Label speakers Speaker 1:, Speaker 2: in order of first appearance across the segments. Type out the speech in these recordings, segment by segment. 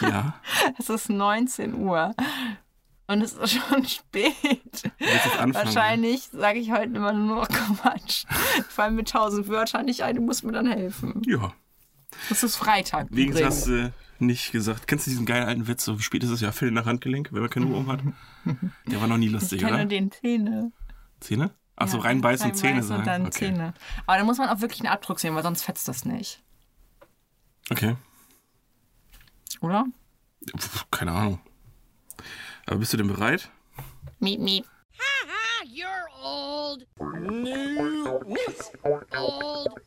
Speaker 1: Ja.
Speaker 2: Es ist 19 Uhr. Und es ist schon spät.
Speaker 1: Willst jetzt anfangen?
Speaker 2: Wahrscheinlich sage ich heute immer nur noch Quatsch. Vor allem mit tausend Wörtern nicht ein, du musst mir dann helfen.
Speaker 1: Ja.
Speaker 2: Es ist Freitag.
Speaker 1: Wenigstens
Speaker 2: übrigens.
Speaker 1: hast du nicht gesagt. Kennst du diesen geilen alten Witz, so wie spät ist es ja? Viertel nach Handgelenk, wenn man keine Uhr um hat? Der war noch nie
Speaker 2: Ich
Speaker 1: lustig,
Speaker 2: kenne
Speaker 1: oder?
Speaker 2: den Zähne.
Speaker 1: Zähne? Achso,
Speaker 2: Ja,
Speaker 1: reinbeißen und Zähne
Speaker 2: reinbeißen
Speaker 1: sagen.
Speaker 2: Und dann
Speaker 1: okay.
Speaker 2: Zähne. Aber da muss man auch wirklich einen Abdruck sehen, weil sonst fetzt das nicht.
Speaker 1: Okay.
Speaker 2: Oder?
Speaker 1: Pff, keine Ahnung. Aber bist du denn bereit?
Speaker 2: Miep, miep.
Speaker 3: You're old. News. Old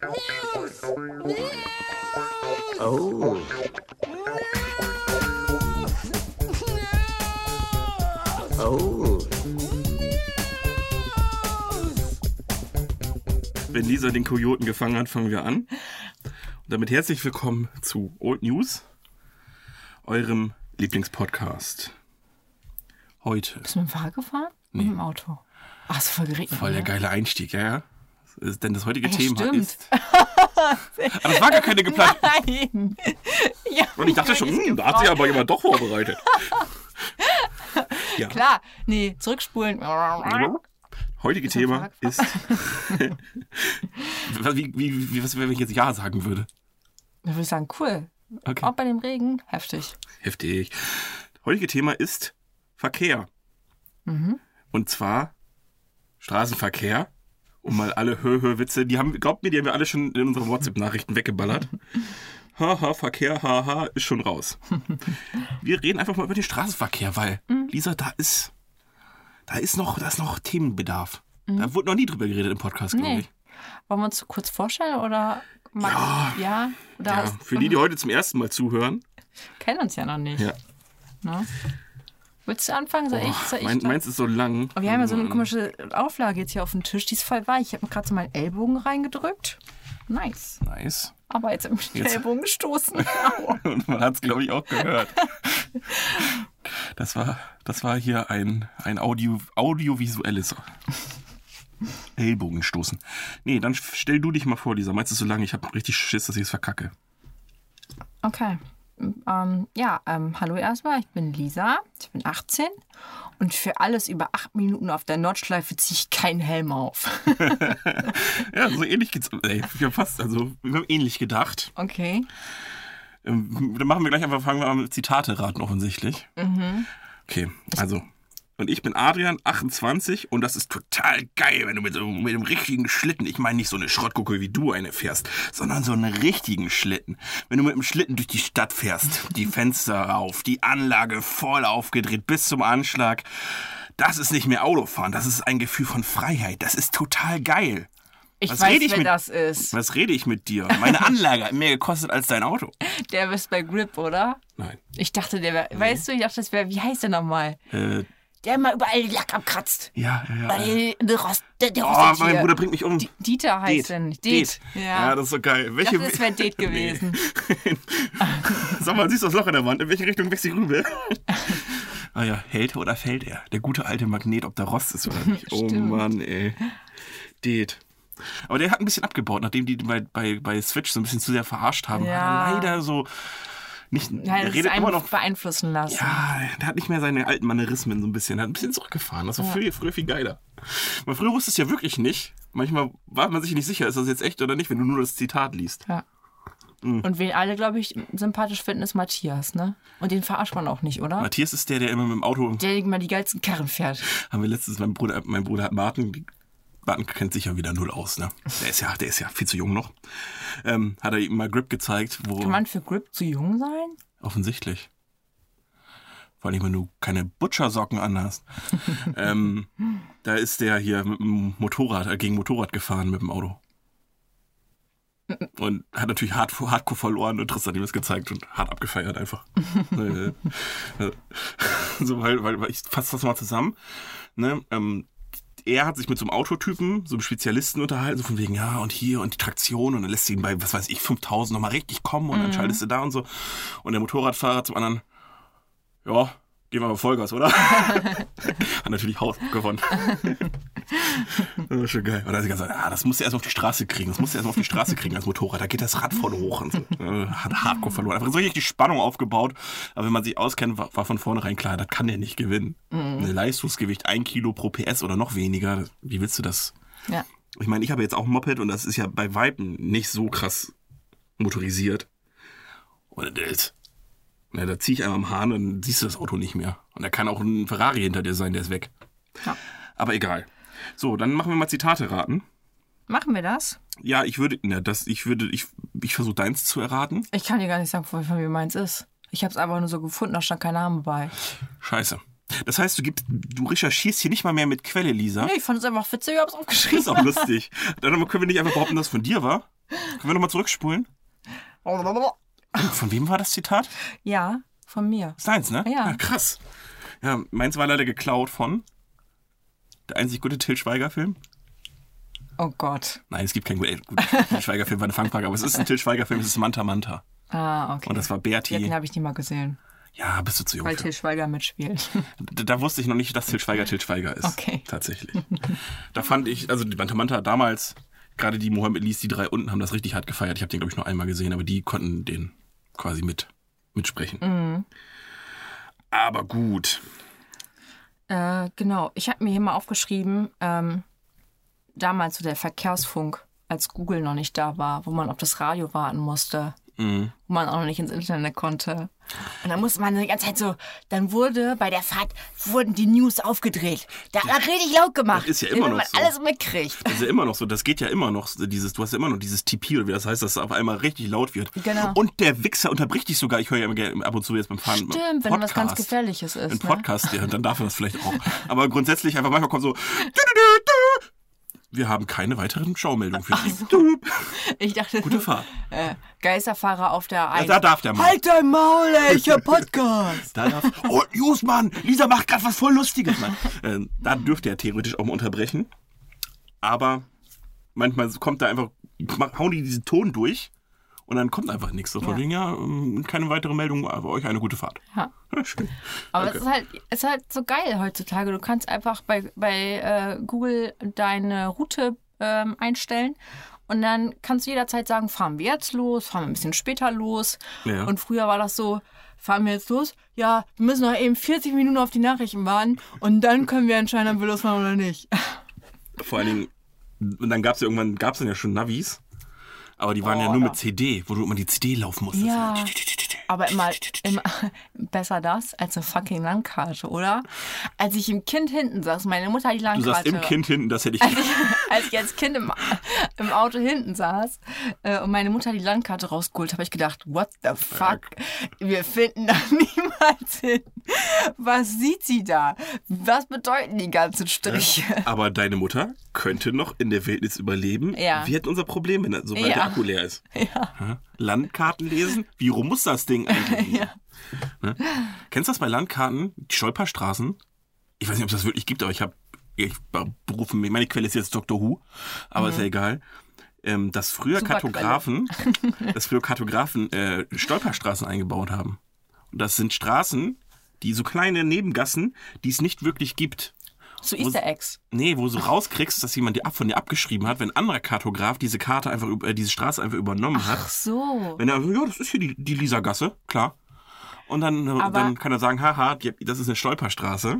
Speaker 3: news. News.
Speaker 4: Oh. Oh.
Speaker 1: Wenn Lisa den Kojoten gefangen hat, fangen wir an. Und damit herzlich willkommen zu Old News, eurem Lieblingspodcast. Heute.
Speaker 2: Bist du mit dem Fahrrad gefahren? Nee. Mit dem Auto. Ach, es ist voll geregnet.
Speaker 1: Voll der
Speaker 2: ne?
Speaker 1: geile Einstieg, ja, ja. Das ist- Denn das heutige
Speaker 2: Ja,
Speaker 1: Thema
Speaker 2: stimmt.
Speaker 1: ist. Aber es war gar keine geplant.
Speaker 2: Nein! ja,
Speaker 1: Und ich dachte
Speaker 2: hab
Speaker 1: schon,
Speaker 2: mich
Speaker 1: hm, da hat sich
Speaker 2: gefreut.
Speaker 1: aber jemand doch vorbereitet. ja.
Speaker 2: Klar, nee, zurückspulen.
Speaker 1: Mhm. Heutige Thema
Speaker 2: Frage.
Speaker 1: ist. wie, wie, wie, was wäre, wenn ich jetzt Ja sagen würde?
Speaker 2: Da würde ich sagen, cool.
Speaker 1: Okay.
Speaker 2: Auch bei dem Regen, heftig.
Speaker 1: Heftig. Heutige Thema ist Verkehr.
Speaker 2: Mhm.
Speaker 1: Und zwar Straßenverkehr. Um mal alle Hö-Hö-Witze, die haben, glaubt mir, die haben wir alle schon in unseren WhatsApp-Nachrichten weggeballert. Haha, Verkehr, haha, ist schon raus. Wir reden einfach mal über den Straßenverkehr, weil,
Speaker 2: Mhm.
Speaker 1: Lisa, da ist, da ist noch, da ist noch Themenbedarf. Da wurde noch nie drüber geredet im Podcast, glaube
Speaker 2: Mhm. Nee.
Speaker 1: ich.
Speaker 2: Wollen wir uns kurz vorstellen oder mal,
Speaker 1: Ja.
Speaker 2: ja,
Speaker 1: Ja,
Speaker 2: oder
Speaker 1: für die, die heute zum ersten Mal zuhören.
Speaker 2: kennen uns ja noch nicht.
Speaker 1: Ja.
Speaker 2: Ne? Willst du anfangen? Soll ich? Soll ich
Speaker 1: Mein, Mm.
Speaker 2: starten?
Speaker 1: meins ist so lang.
Speaker 2: Oh, wir haben ja so eine komische Auflage jetzt hier auf dem Tisch. Die ist voll weich. Ich habe mir gerade so meinen Ellbogen reingedrückt. Nice.
Speaker 1: Nice.
Speaker 2: Aber jetzt habe ich den
Speaker 1: Jetzt-
Speaker 2: Ellbogen gestoßen.
Speaker 1: Und man hat es, glaube ich, auch gehört. Das war, das war hier ein, ein Audio, audiovisuelles Ellbogenstoßen. Nee, dann stell du dich mal vor, Lisa. Meinst du so lange? Ich habe richtig Schiss, dass ich es verkacke.
Speaker 2: Okay. Ähm, ja, ähm, hallo erstmal, ich bin Lisa, ich bin 18 und für alles über 8 Minuten auf der Nordschleife ziehe ich keinen Helm auf.
Speaker 1: Ja, so ähnlich geht's. Ey, ich hab fast, also wir haben ähnlich gedacht.
Speaker 2: Okay.
Speaker 1: Ähm, Dann machen wir gleich einfach, fangen wir an mit Zitate raten offensichtlich.
Speaker 2: Mhm.
Speaker 1: Okay, also. Und ich bin Adrian, 28, und das ist total geil, wenn du mit, so, mit einem richtigen Schlitten, ich meine nicht so eine Schrottgucke wie du eine fährst, sondern so einen richtigen Schlitten. Wenn du mit einem Schlitten durch die Stadt fährst, die Fenster auf, die Anlage voll aufgedreht bis zum Anschlag. Das ist nicht mehr Autofahren, das ist ein Gefühl von Freiheit. Das ist total geil.
Speaker 2: Ich
Speaker 1: Was
Speaker 2: weiß,
Speaker 1: rede ich
Speaker 2: wer
Speaker 1: mit-
Speaker 2: das ist.
Speaker 1: Was rede ich mit dir? Meine Anlage hat mehr gekostet als dein Auto.
Speaker 2: Der ist bei Grip, oder?
Speaker 1: Nein.
Speaker 2: Ich dachte, der wäre, weißt du, ich dachte, das wäre, wie heißt der nochmal?
Speaker 1: Äh,
Speaker 2: Der mal überall Lack abkratzt.
Speaker 1: ja, ja, ja.
Speaker 2: Weil der Rost, der, der
Speaker 1: Oh,
Speaker 2: rostet
Speaker 1: mein
Speaker 2: hier.
Speaker 1: Bruder bringt mich um.
Speaker 2: Dieter heißt der nicht. Det.
Speaker 1: Ja.
Speaker 2: Ja.
Speaker 1: das ist so geil.
Speaker 2: ich dachte, das wäre Det gewesen.
Speaker 1: Nee. Sag mal, siehst du das Loch in der Wand? In welche Richtung wächst die Rübe? ah ja, hält er oder fällt er? Der gute alte Magnet, ob der Rost ist oder nicht. oh
Speaker 2: Stimmt.
Speaker 1: Mann, ey. Det. Aber der hat ein bisschen abgebaut, nachdem die den bei, bei, bei Switch so ein bisschen zu sehr verarscht haben. Hat
Speaker 2: Ja.
Speaker 1: er leider so nicht.
Speaker 2: Ja,
Speaker 1: er
Speaker 2: das ist
Speaker 1: redet immer noch.
Speaker 2: beeinflussen lassen.
Speaker 1: Ja, Ah, der hat nicht mehr seine alten Manierismen so ein bisschen. Er hat ein bisschen zurückgefahren. Das war früher, früher viel geiler. Man früher wusste es ja wirklich nicht. Manchmal war man sich nicht sicher, ist das jetzt echt oder nicht, wenn du nur das Zitat liest.
Speaker 2: Ja. Und wen alle, glaube ich, sympathisch finden, ist Matthias, ne? Und den verarscht man auch nicht, oder?
Speaker 1: Matthias ist der, der immer mit dem Auto.
Speaker 2: Der immer die geilsten Karren fährt.
Speaker 1: Haben wir letztens, mein Bruder, mein Bruder hat Martin. die- Martin kennt sich ja wieder null aus, ne? Der ist ja, der ist ja viel zu jung noch. Ähm, hat er ihm mal Grip gezeigt, wo.
Speaker 2: Kann man für Grip zu jung sein?
Speaker 1: Offensichtlich. Vor allem, wenn du keine Butchersocken anhast. ähm, da ist der hier mit dem Motorrad, äh, gegen Motorrad gefahren mit dem Auto. Und hat natürlich hart, hardcore verloren und Tristan hat ihm das gezeigt und hart abgefeiert einfach. Äh, äh, so, weil, weil, weil ich fasse das mal zusammen. Ne? Ähm, er hat sich mit so einem Autotypen, so einem Spezialisten unterhalten, so von wegen, ja, und hier und die Traktion und dann lässt sie ihn bei, was weiß ich, 5000 nochmal richtig kommen und dann schaltest du da und so. Und der Motorradfahrer zum anderen, ja, Gehen wir mal Vollgas, oder? Hat natürlich Haus gewonnen. das war schon geil. Und dann hat sie gesagt, ah, das musst du erst mal auf die Straße kriegen. Das musst du erst mal auf die Straße kriegen als Motorrad. Da geht das Rad vorne hoch. Und so. Äh, Hat hardcore verloren. Einfach so richtig die Spannung aufgebaut. Aber wenn man sich auskennt, war, war von vornherein klar, das kann der nicht gewinnen. Ein Leistungsgewicht, ein Kilo pro PS oder noch weniger. Wie willst du das?
Speaker 2: Ja.
Speaker 1: Ich meine, ich habe jetzt auch ein Moped und das ist ja bei Weiben nicht so krass motorisiert. Und das ist. Na, da ziehe ich einmal am Hahn, dann siehst du das Auto nicht mehr. Und da kann auch ein Ferrari hinter dir sein, der ist weg.
Speaker 2: Ja.
Speaker 1: Aber egal. So, dann machen wir mal Zitate raten.
Speaker 2: Machen wir das?
Speaker 1: Ja, ich würde, na, das, ich würde, ich, ich versuche deins zu erraten.
Speaker 2: Ich kann dir gar nicht sagen, von von wem meins ist. Ich habe es einfach nur so gefunden, da stand kein Name bei.
Speaker 1: Scheiße. Das heißt, du gibst, du recherchierst hier nicht mal mehr mit Quelle, Lisa.
Speaker 2: Nee, ich fand es einfach witzig, ich hab's
Speaker 1: Das
Speaker 2: aufgeschrieben.
Speaker 1: ist auch lustig. Dann aber können wir nicht einfach behaupten, dass es von dir war. Können wir nochmal zurückspulen? Von wem war das Zitat?
Speaker 2: Ja, von mir.
Speaker 1: Ist deins, ne?
Speaker 2: Ja.
Speaker 1: Ah, krass. Ja, meins war leider geklaut von der einzig gute Till Schweiger-Film.
Speaker 2: Oh Gott.
Speaker 1: Nein, es gibt keinen guten guten Till Schweiger-Film bei der Fangfrage, aber es ist ein Till Schweiger-Film, es ist Manta Manta.
Speaker 2: Ah, okay.
Speaker 1: Und das war
Speaker 2: Den
Speaker 1: Berti.
Speaker 2: habe ich nie mal gesehen,
Speaker 1: Ja, bist du zu jung.
Speaker 2: weil
Speaker 1: für.
Speaker 2: Til Schweiger mitspielt.
Speaker 1: Da, da wusste ich noch nicht, dass Til Schweiger Til Schweiger ist.
Speaker 2: Okay.
Speaker 1: Tatsächlich. Da fand ich, also die Manta Manta hat damals, gerade die Mohammed Lees, die drei unten haben das richtig hart gefeiert. Ich habe den, glaube ich, nur einmal gesehen, aber die konnten den quasi mit, mitsprechen.
Speaker 2: Mhm.
Speaker 1: Aber gut.
Speaker 2: Äh, genau. Ich habe mir hier mal aufgeschrieben, ähm, damals so der Verkehrsfunk, als Google noch nicht da war, wo man auf das Radio warten musste,
Speaker 1: Mhm.
Speaker 2: wo man auch noch nicht ins Internet konnte. Und dann musste man die ganze Zeit so, dann wurde bei der Fahrt, wurden die News aufgedreht. Da hat richtig laut gemacht.
Speaker 1: Das ist ja immer
Speaker 2: damit
Speaker 1: noch
Speaker 2: man
Speaker 1: so.
Speaker 2: alles mitkriegt.
Speaker 1: Das ist ja immer noch so, das geht ja immer noch, so dieses, du hast ja immer noch dieses TP oder wie das heißt, dass es auf einmal richtig laut wird.
Speaker 2: Genau.
Speaker 1: Und der Wichser unterbricht dich sogar, ich höre ja immer gerne ab und zu jetzt beim Fahren.
Speaker 2: Stimmt, wenn was ganz Gefährliches
Speaker 1: Ein
Speaker 2: ist. Ne?
Speaker 1: Podcast, ja, dann darf er das vielleicht auch. Aber grundsätzlich einfach manchmal kommt so. "Du, du, du, du." Wir haben keine weiteren Schaumeldungen für Sie. Du.
Speaker 2: Ich dachte,
Speaker 1: Gute Fahrt.
Speaker 2: äh, Geisterfahrer auf der
Speaker 1: Ja,
Speaker 2: Eins.
Speaker 1: da darf der Mann.
Speaker 2: Halt dein Maul, ey, ich hab Podcast.
Speaker 1: Da darf, oh, News, Mann! Lisa macht gerade was voll Lustiges, Mann. Ähm, da dürfte er theoretisch auch mal unterbrechen. Aber manchmal kommt da einfach, ma- hauen die diesen Ton durch und dann kommt einfach nichts. So von
Speaker 2: Ja.
Speaker 1: wegen, ja, ähm, keine weitere Meldung, aber euch eine gute Fahrt.
Speaker 2: Ja.
Speaker 1: Ja, schön.
Speaker 2: Aber
Speaker 1: Danke.
Speaker 2: es ist, halt, es ist halt so geil heutzutage. Du kannst einfach bei, bei äh, Google deine Route ähm, einstellen und dann kannst du jederzeit sagen, fahren wir jetzt los, fahren wir ein bisschen später los.
Speaker 1: Ja.
Speaker 2: Und früher war das so, fahren wir jetzt los? Ja, wir müssen noch eben 40 Minuten auf die Nachrichten warten und dann können wir entscheiden, ob wir losfahren oder nicht.
Speaker 1: Vor allen Dingen, und dann gab es ja irgendwann, gab es dann ja schon Navis. Aber die waren ja
Speaker 2: Oh,
Speaker 1: nur
Speaker 2: ja.
Speaker 1: mit CD, wo du immer die CD laufen musstest.
Speaker 2: Ja. Aber immer, immer besser das als eine fucking Landkarte, oder? Als ich im Kind hinten saß, meine Mutter hat die
Speaker 1: Du
Speaker 2: Landkarte.
Speaker 1: sagst im Kind hinten, das hätte ich.
Speaker 2: als ich, als ich als Kind im, im Auto hinten saß äh, und meine Mutter die Landkarte rausgeholt, habe ich gedacht, what the fuck? Wir finden da niemals hin. Was sieht sie da? Was bedeuten die ganzen Striche?
Speaker 1: Aber deine Mutter könnte noch in der Wildnis überleben.
Speaker 2: Ja.
Speaker 1: Wir hätten unser Problem, wenn, sobald
Speaker 2: Ja.
Speaker 1: der Akku leer ist. Ja. Landkarten lesen? Wie rum muss das Ding eigentlich? ja. ne? Kennst du das bei Landkarten? Die Stolperstraßen? Ich weiß nicht, ob es das wirklich gibt, aber ich habe ich berufen, meine Quelle ist jetzt Dr. Who, aber ist ja egal. Ähm, dass früher
Speaker 2: Mhm. Super
Speaker 1: Kartografen, dass früher Kartografen äh, Stolperstraßen eingebaut haben. Und das sind Straßen, die so kleine Nebengassen, die es nicht wirklich gibt.
Speaker 2: So Easter Eggs.
Speaker 1: Nee, wo du so rauskriegst, dass jemand die ab von dir abgeschrieben hat, wenn ein anderer Kartograf diese Karte einfach über- äh, diese Straße einfach übernommen hat.
Speaker 2: Ach so.
Speaker 1: Wenn er so, ja, das ist hier die, die Lisa-Gasse, klar. Und dann, äh,
Speaker 2: Aber-
Speaker 1: dann kann er sagen, haha, die, das ist eine Stolperstraße.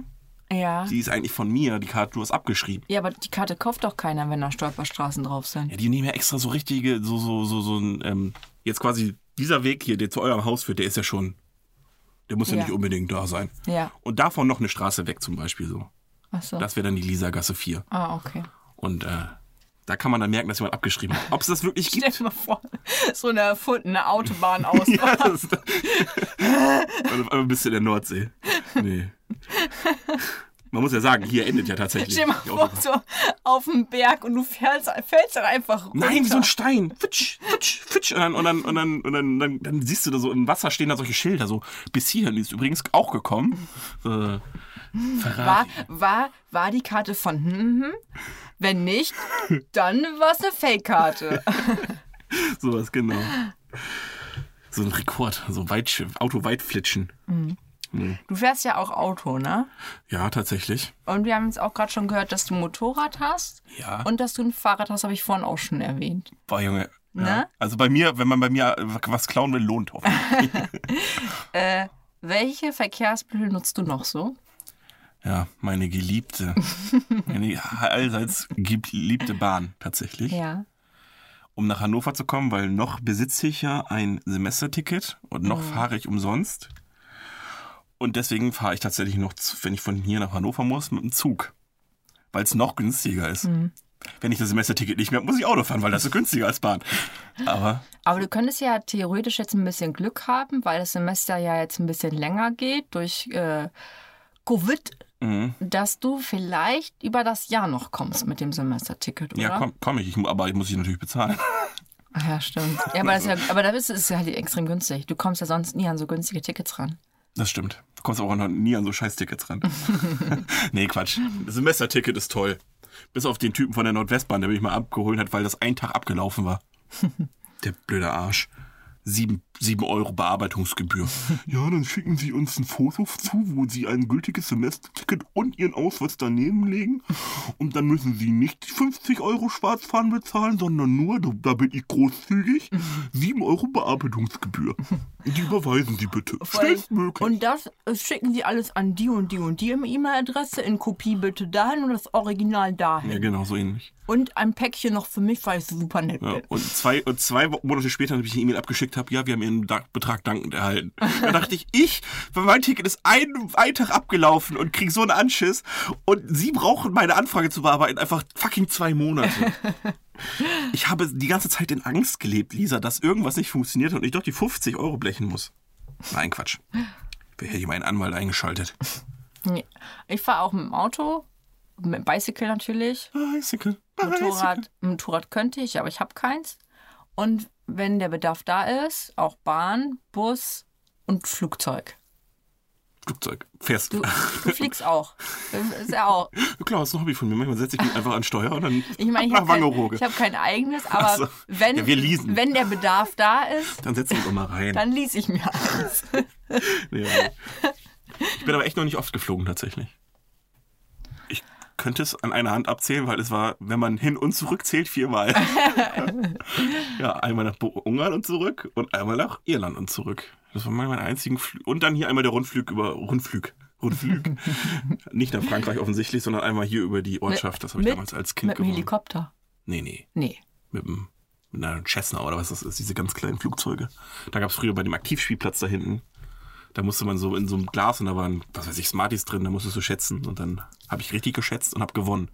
Speaker 2: Ja.
Speaker 1: Die ist eigentlich von mir, die Karte, du hast abgeschrieben.
Speaker 2: Ja, aber die Karte kauft doch keiner, wenn da Stolperstraßen drauf sind.
Speaker 1: Ja, die nehmen ja extra so richtige, so, so, so, so ein, ähm, jetzt quasi dieser Weg hier, der zu eurem Haus führt, der ist ja schon, der muss ja,
Speaker 2: Ja.
Speaker 1: nicht unbedingt da sein.
Speaker 2: Ja.
Speaker 1: Und davon noch eine Straße weg zum Beispiel so.
Speaker 2: Ach so.
Speaker 1: Das wäre dann die Lisa-Gasse 4.
Speaker 2: Ah, okay.
Speaker 1: Und äh, da kann man dann merken, dass jemand abgeschrieben hat. Ob es das wirklich gibt?
Speaker 2: Stell dir mal vor, so eine erfundene Autobahn aus.
Speaker 1: Ja, das ist Also auf einmal bist du in der Nordsee. Nee. Man muss ja sagen, hier endet ja tatsächlich.
Speaker 2: Stell dir mal
Speaker 1: die
Speaker 2: vor,
Speaker 1: Autobahn.
Speaker 2: so auf dem Berg und du fällst, fällst dann einfach runter.
Speaker 1: Nein, wie so ein Stein. Fitsch, fitsch, fitsch. Und dann, und dann, und dann, und dann, dann, dann siehst du da so im Wasser stehen da solche Schilder. So, bis hierhin ist übrigens auch gekommen. Äh,
Speaker 2: War, war, war die Karte von hm, hm? Wenn nicht, dann war es eine Fake-Karte.
Speaker 1: sowas, genau. So ein Rekord. So weit, Autoweitflitschen.
Speaker 2: Du fährst ja auch Auto, ne?
Speaker 1: Ja, tatsächlich.
Speaker 2: Und wir haben jetzt auch gerade schon gehört, dass du ein Motorrad hast
Speaker 1: Ja.
Speaker 2: und dass du ein Fahrrad hast, habe ich vorhin auch schon erwähnt.
Speaker 1: Boah, Junge.
Speaker 2: Ne?
Speaker 1: Ja. Also bei mir, wenn man bei mir was klauen will, lohnt hoffentlich.
Speaker 2: Welche Verkehrsmittel nutzt du noch so?
Speaker 1: ja, meine geliebte, meine allseits geliebte Bahn tatsächlich.
Speaker 2: Ja.
Speaker 1: um nach Hannover zu kommen, weil noch besitze ich ja ein Semesterticket und noch fahre ich umsonst. Und deswegen fahre ich tatsächlich noch, zu- wenn ich von hier nach Hannover muss, mit dem Zug. Weil es noch günstiger ist. Wenn ich das Semesterticket nicht mehr habe, muss ich Auto fahren, weil das ist günstiger als Bahn. Aber
Speaker 2: Aber du könntest ja theoretisch jetzt ein bisschen Glück haben, weil das Semester ja jetzt ein bisschen länger geht durch äh, Covid,
Speaker 1: mhm.
Speaker 2: dass du vielleicht über das Jahr noch kommst mit dem Semesterticket, oder?
Speaker 1: ja, komm, komm ich, ich. mu- Aber ich muss ich natürlich bezahlen.
Speaker 2: Ach ja, stimmt. Ja, aber, das ist ja, aber da ist es ja halt extrem günstig. Du kommst ja sonst nie an so günstige Tickets ran.
Speaker 1: Das stimmt. Du kommst aber auch noch nie an so Scheiß-Tickets ran. nee, Quatsch. Das Semesterticket ist toll. Bis auf den Typen von der Nordwestbahn, der mich mal abgeholt hat, weil das einen Tag abgelaufen war. der blöde Arsch. Sieben, sieben Euro Bearbeitungsgebühr. ja, dann schicken Sie uns ein Foto zu, wo Sie ein gültiges Semesterticket und Ihren Ausweis daneben legen. Und dann müssen Sie nicht 50 Euro Schwarzfahren bezahlen, sondern nur, da- da bin ich großzügig, sieben Euro Bearbeitungsgebühr. Die überweisen Sie bitte. Schnellstmöglich.
Speaker 2: Und das äh, schicken sie alles an die und die und die im E-Mail-Adresse, in Kopie bitte dahin und das Original dahin.
Speaker 1: Ja, genau, so ähnlich.
Speaker 2: Und ein Päckchen noch für mich, weil ich super nett
Speaker 1: Ja.
Speaker 2: bin.
Speaker 1: Und zwei, und zwei Wo- Monate später, als ich eine E-Mail abgeschickt habe, ja, wir haben Ihren Da- Betrag dankend erhalten. Da dachte ich, ich, weil mein Ticket ist einen, einen Tag abgelaufen und krieg so einen Anschiss und Sie brauchen meine Anfrage zu bearbeiten einfach fucking zwei Monate. Ich habe die ganze Zeit in Angst gelebt, Lisa, dass irgendwas nicht funktioniert hat und ich doch die 50 Euro blechen muss. Nein, Quatsch. Ich hätte ich meinen Anwalt eingeschaltet.
Speaker 2: Nee. Ich fahre auch mit dem Auto, mit dem Bicycle natürlich.
Speaker 1: Bicycle. Bicycle.
Speaker 2: Motorrad, Motorrad könnte ich, aber ich habe keins. Und wenn der Bedarf da ist, auch Bahn, Bus und Flugzeug.
Speaker 1: Flugzeug. Fährst
Speaker 2: Du, du fliegst auch. Das ist ja auch.
Speaker 1: Ja, Klar, das ist ein Hobby von mir. Manchmal setze ich mich einfach an den Steuer und dann
Speaker 2: Ich meine, ich
Speaker 1: nach
Speaker 2: habe kein,
Speaker 1: Wangerooge.
Speaker 2: ich hab kein eigenes,
Speaker 1: Ach
Speaker 2: aber
Speaker 1: so.
Speaker 2: wenn,
Speaker 1: Ja, wir leasen.
Speaker 2: wenn der Bedarf da ist,
Speaker 1: Dann setze ich doch mal rein.
Speaker 2: dann lies ich mir eins.
Speaker 1: Ja. Ich bin aber echt noch nicht oft geflogen tatsächlich. Ich könnte es an einer Hand abzählen, weil es war, wenn man hin und zurück zählt, viermal. ja, einmal nach Bo- Ungarn und zurück und einmal nach Irland und zurück. Das war mein mein einzigen Flug. Und dann hier einmal der Rundflug über Rundflug. Rundflug. Nicht nach Frankreich offensichtlich, sondern einmal hier über die Ortschaft. Das habe ich
Speaker 2: Mit-
Speaker 1: damals als Kind
Speaker 2: Mit dem
Speaker 1: gewonnen.
Speaker 2: Helikopter.
Speaker 1: Nee, nee.
Speaker 2: Nee.
Speaker 1: mit einem, mit einer Cessna oder was das ist, diese ganz kleinen Flugzeuge. Da gab es früher bei dem Aktivspielplatz da hinten, da musste man so in so einem Glas und da waren, was weiß ich, Smarties drin, da musstest du schätzen. Und dann habe ich richtig geschätzt und habe gewonnen.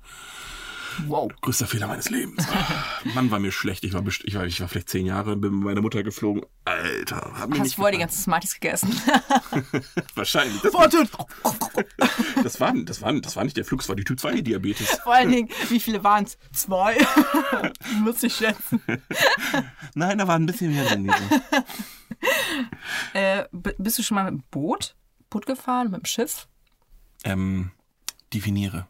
Speaker 2: Wow.
Speaker 1: Größter Fehler meines Lebens. Mann, war mir schlecht. Ich war, best- ich war, ich war vielleicht zehn Jahre, bin mit meiner Mutter geflogen. Alter, hab mich
Speaker 2: Hast
Speaker 1: nicht
Speaker 2: vorher die
Speaker 1: gefallen.
Speaker 2: ganzen Smarties gegessen.
Speaker 1: Wahrscheinlich. Das, das, war, das, war, das war nicht der Flug, das war die Typ 2-Diabetes.
Speaker 2: Vor allen Dingen, wie viele waren es? Zwei. Muss ich schätzen.
Speaker 1: Nein, da war ein bisschen mehr drin.
Speaker 2: Äh, b- bist du schon mal mit dem Boot? Boot gefahren, mit dem Schiff?
Speaker 1: ähm, definiere.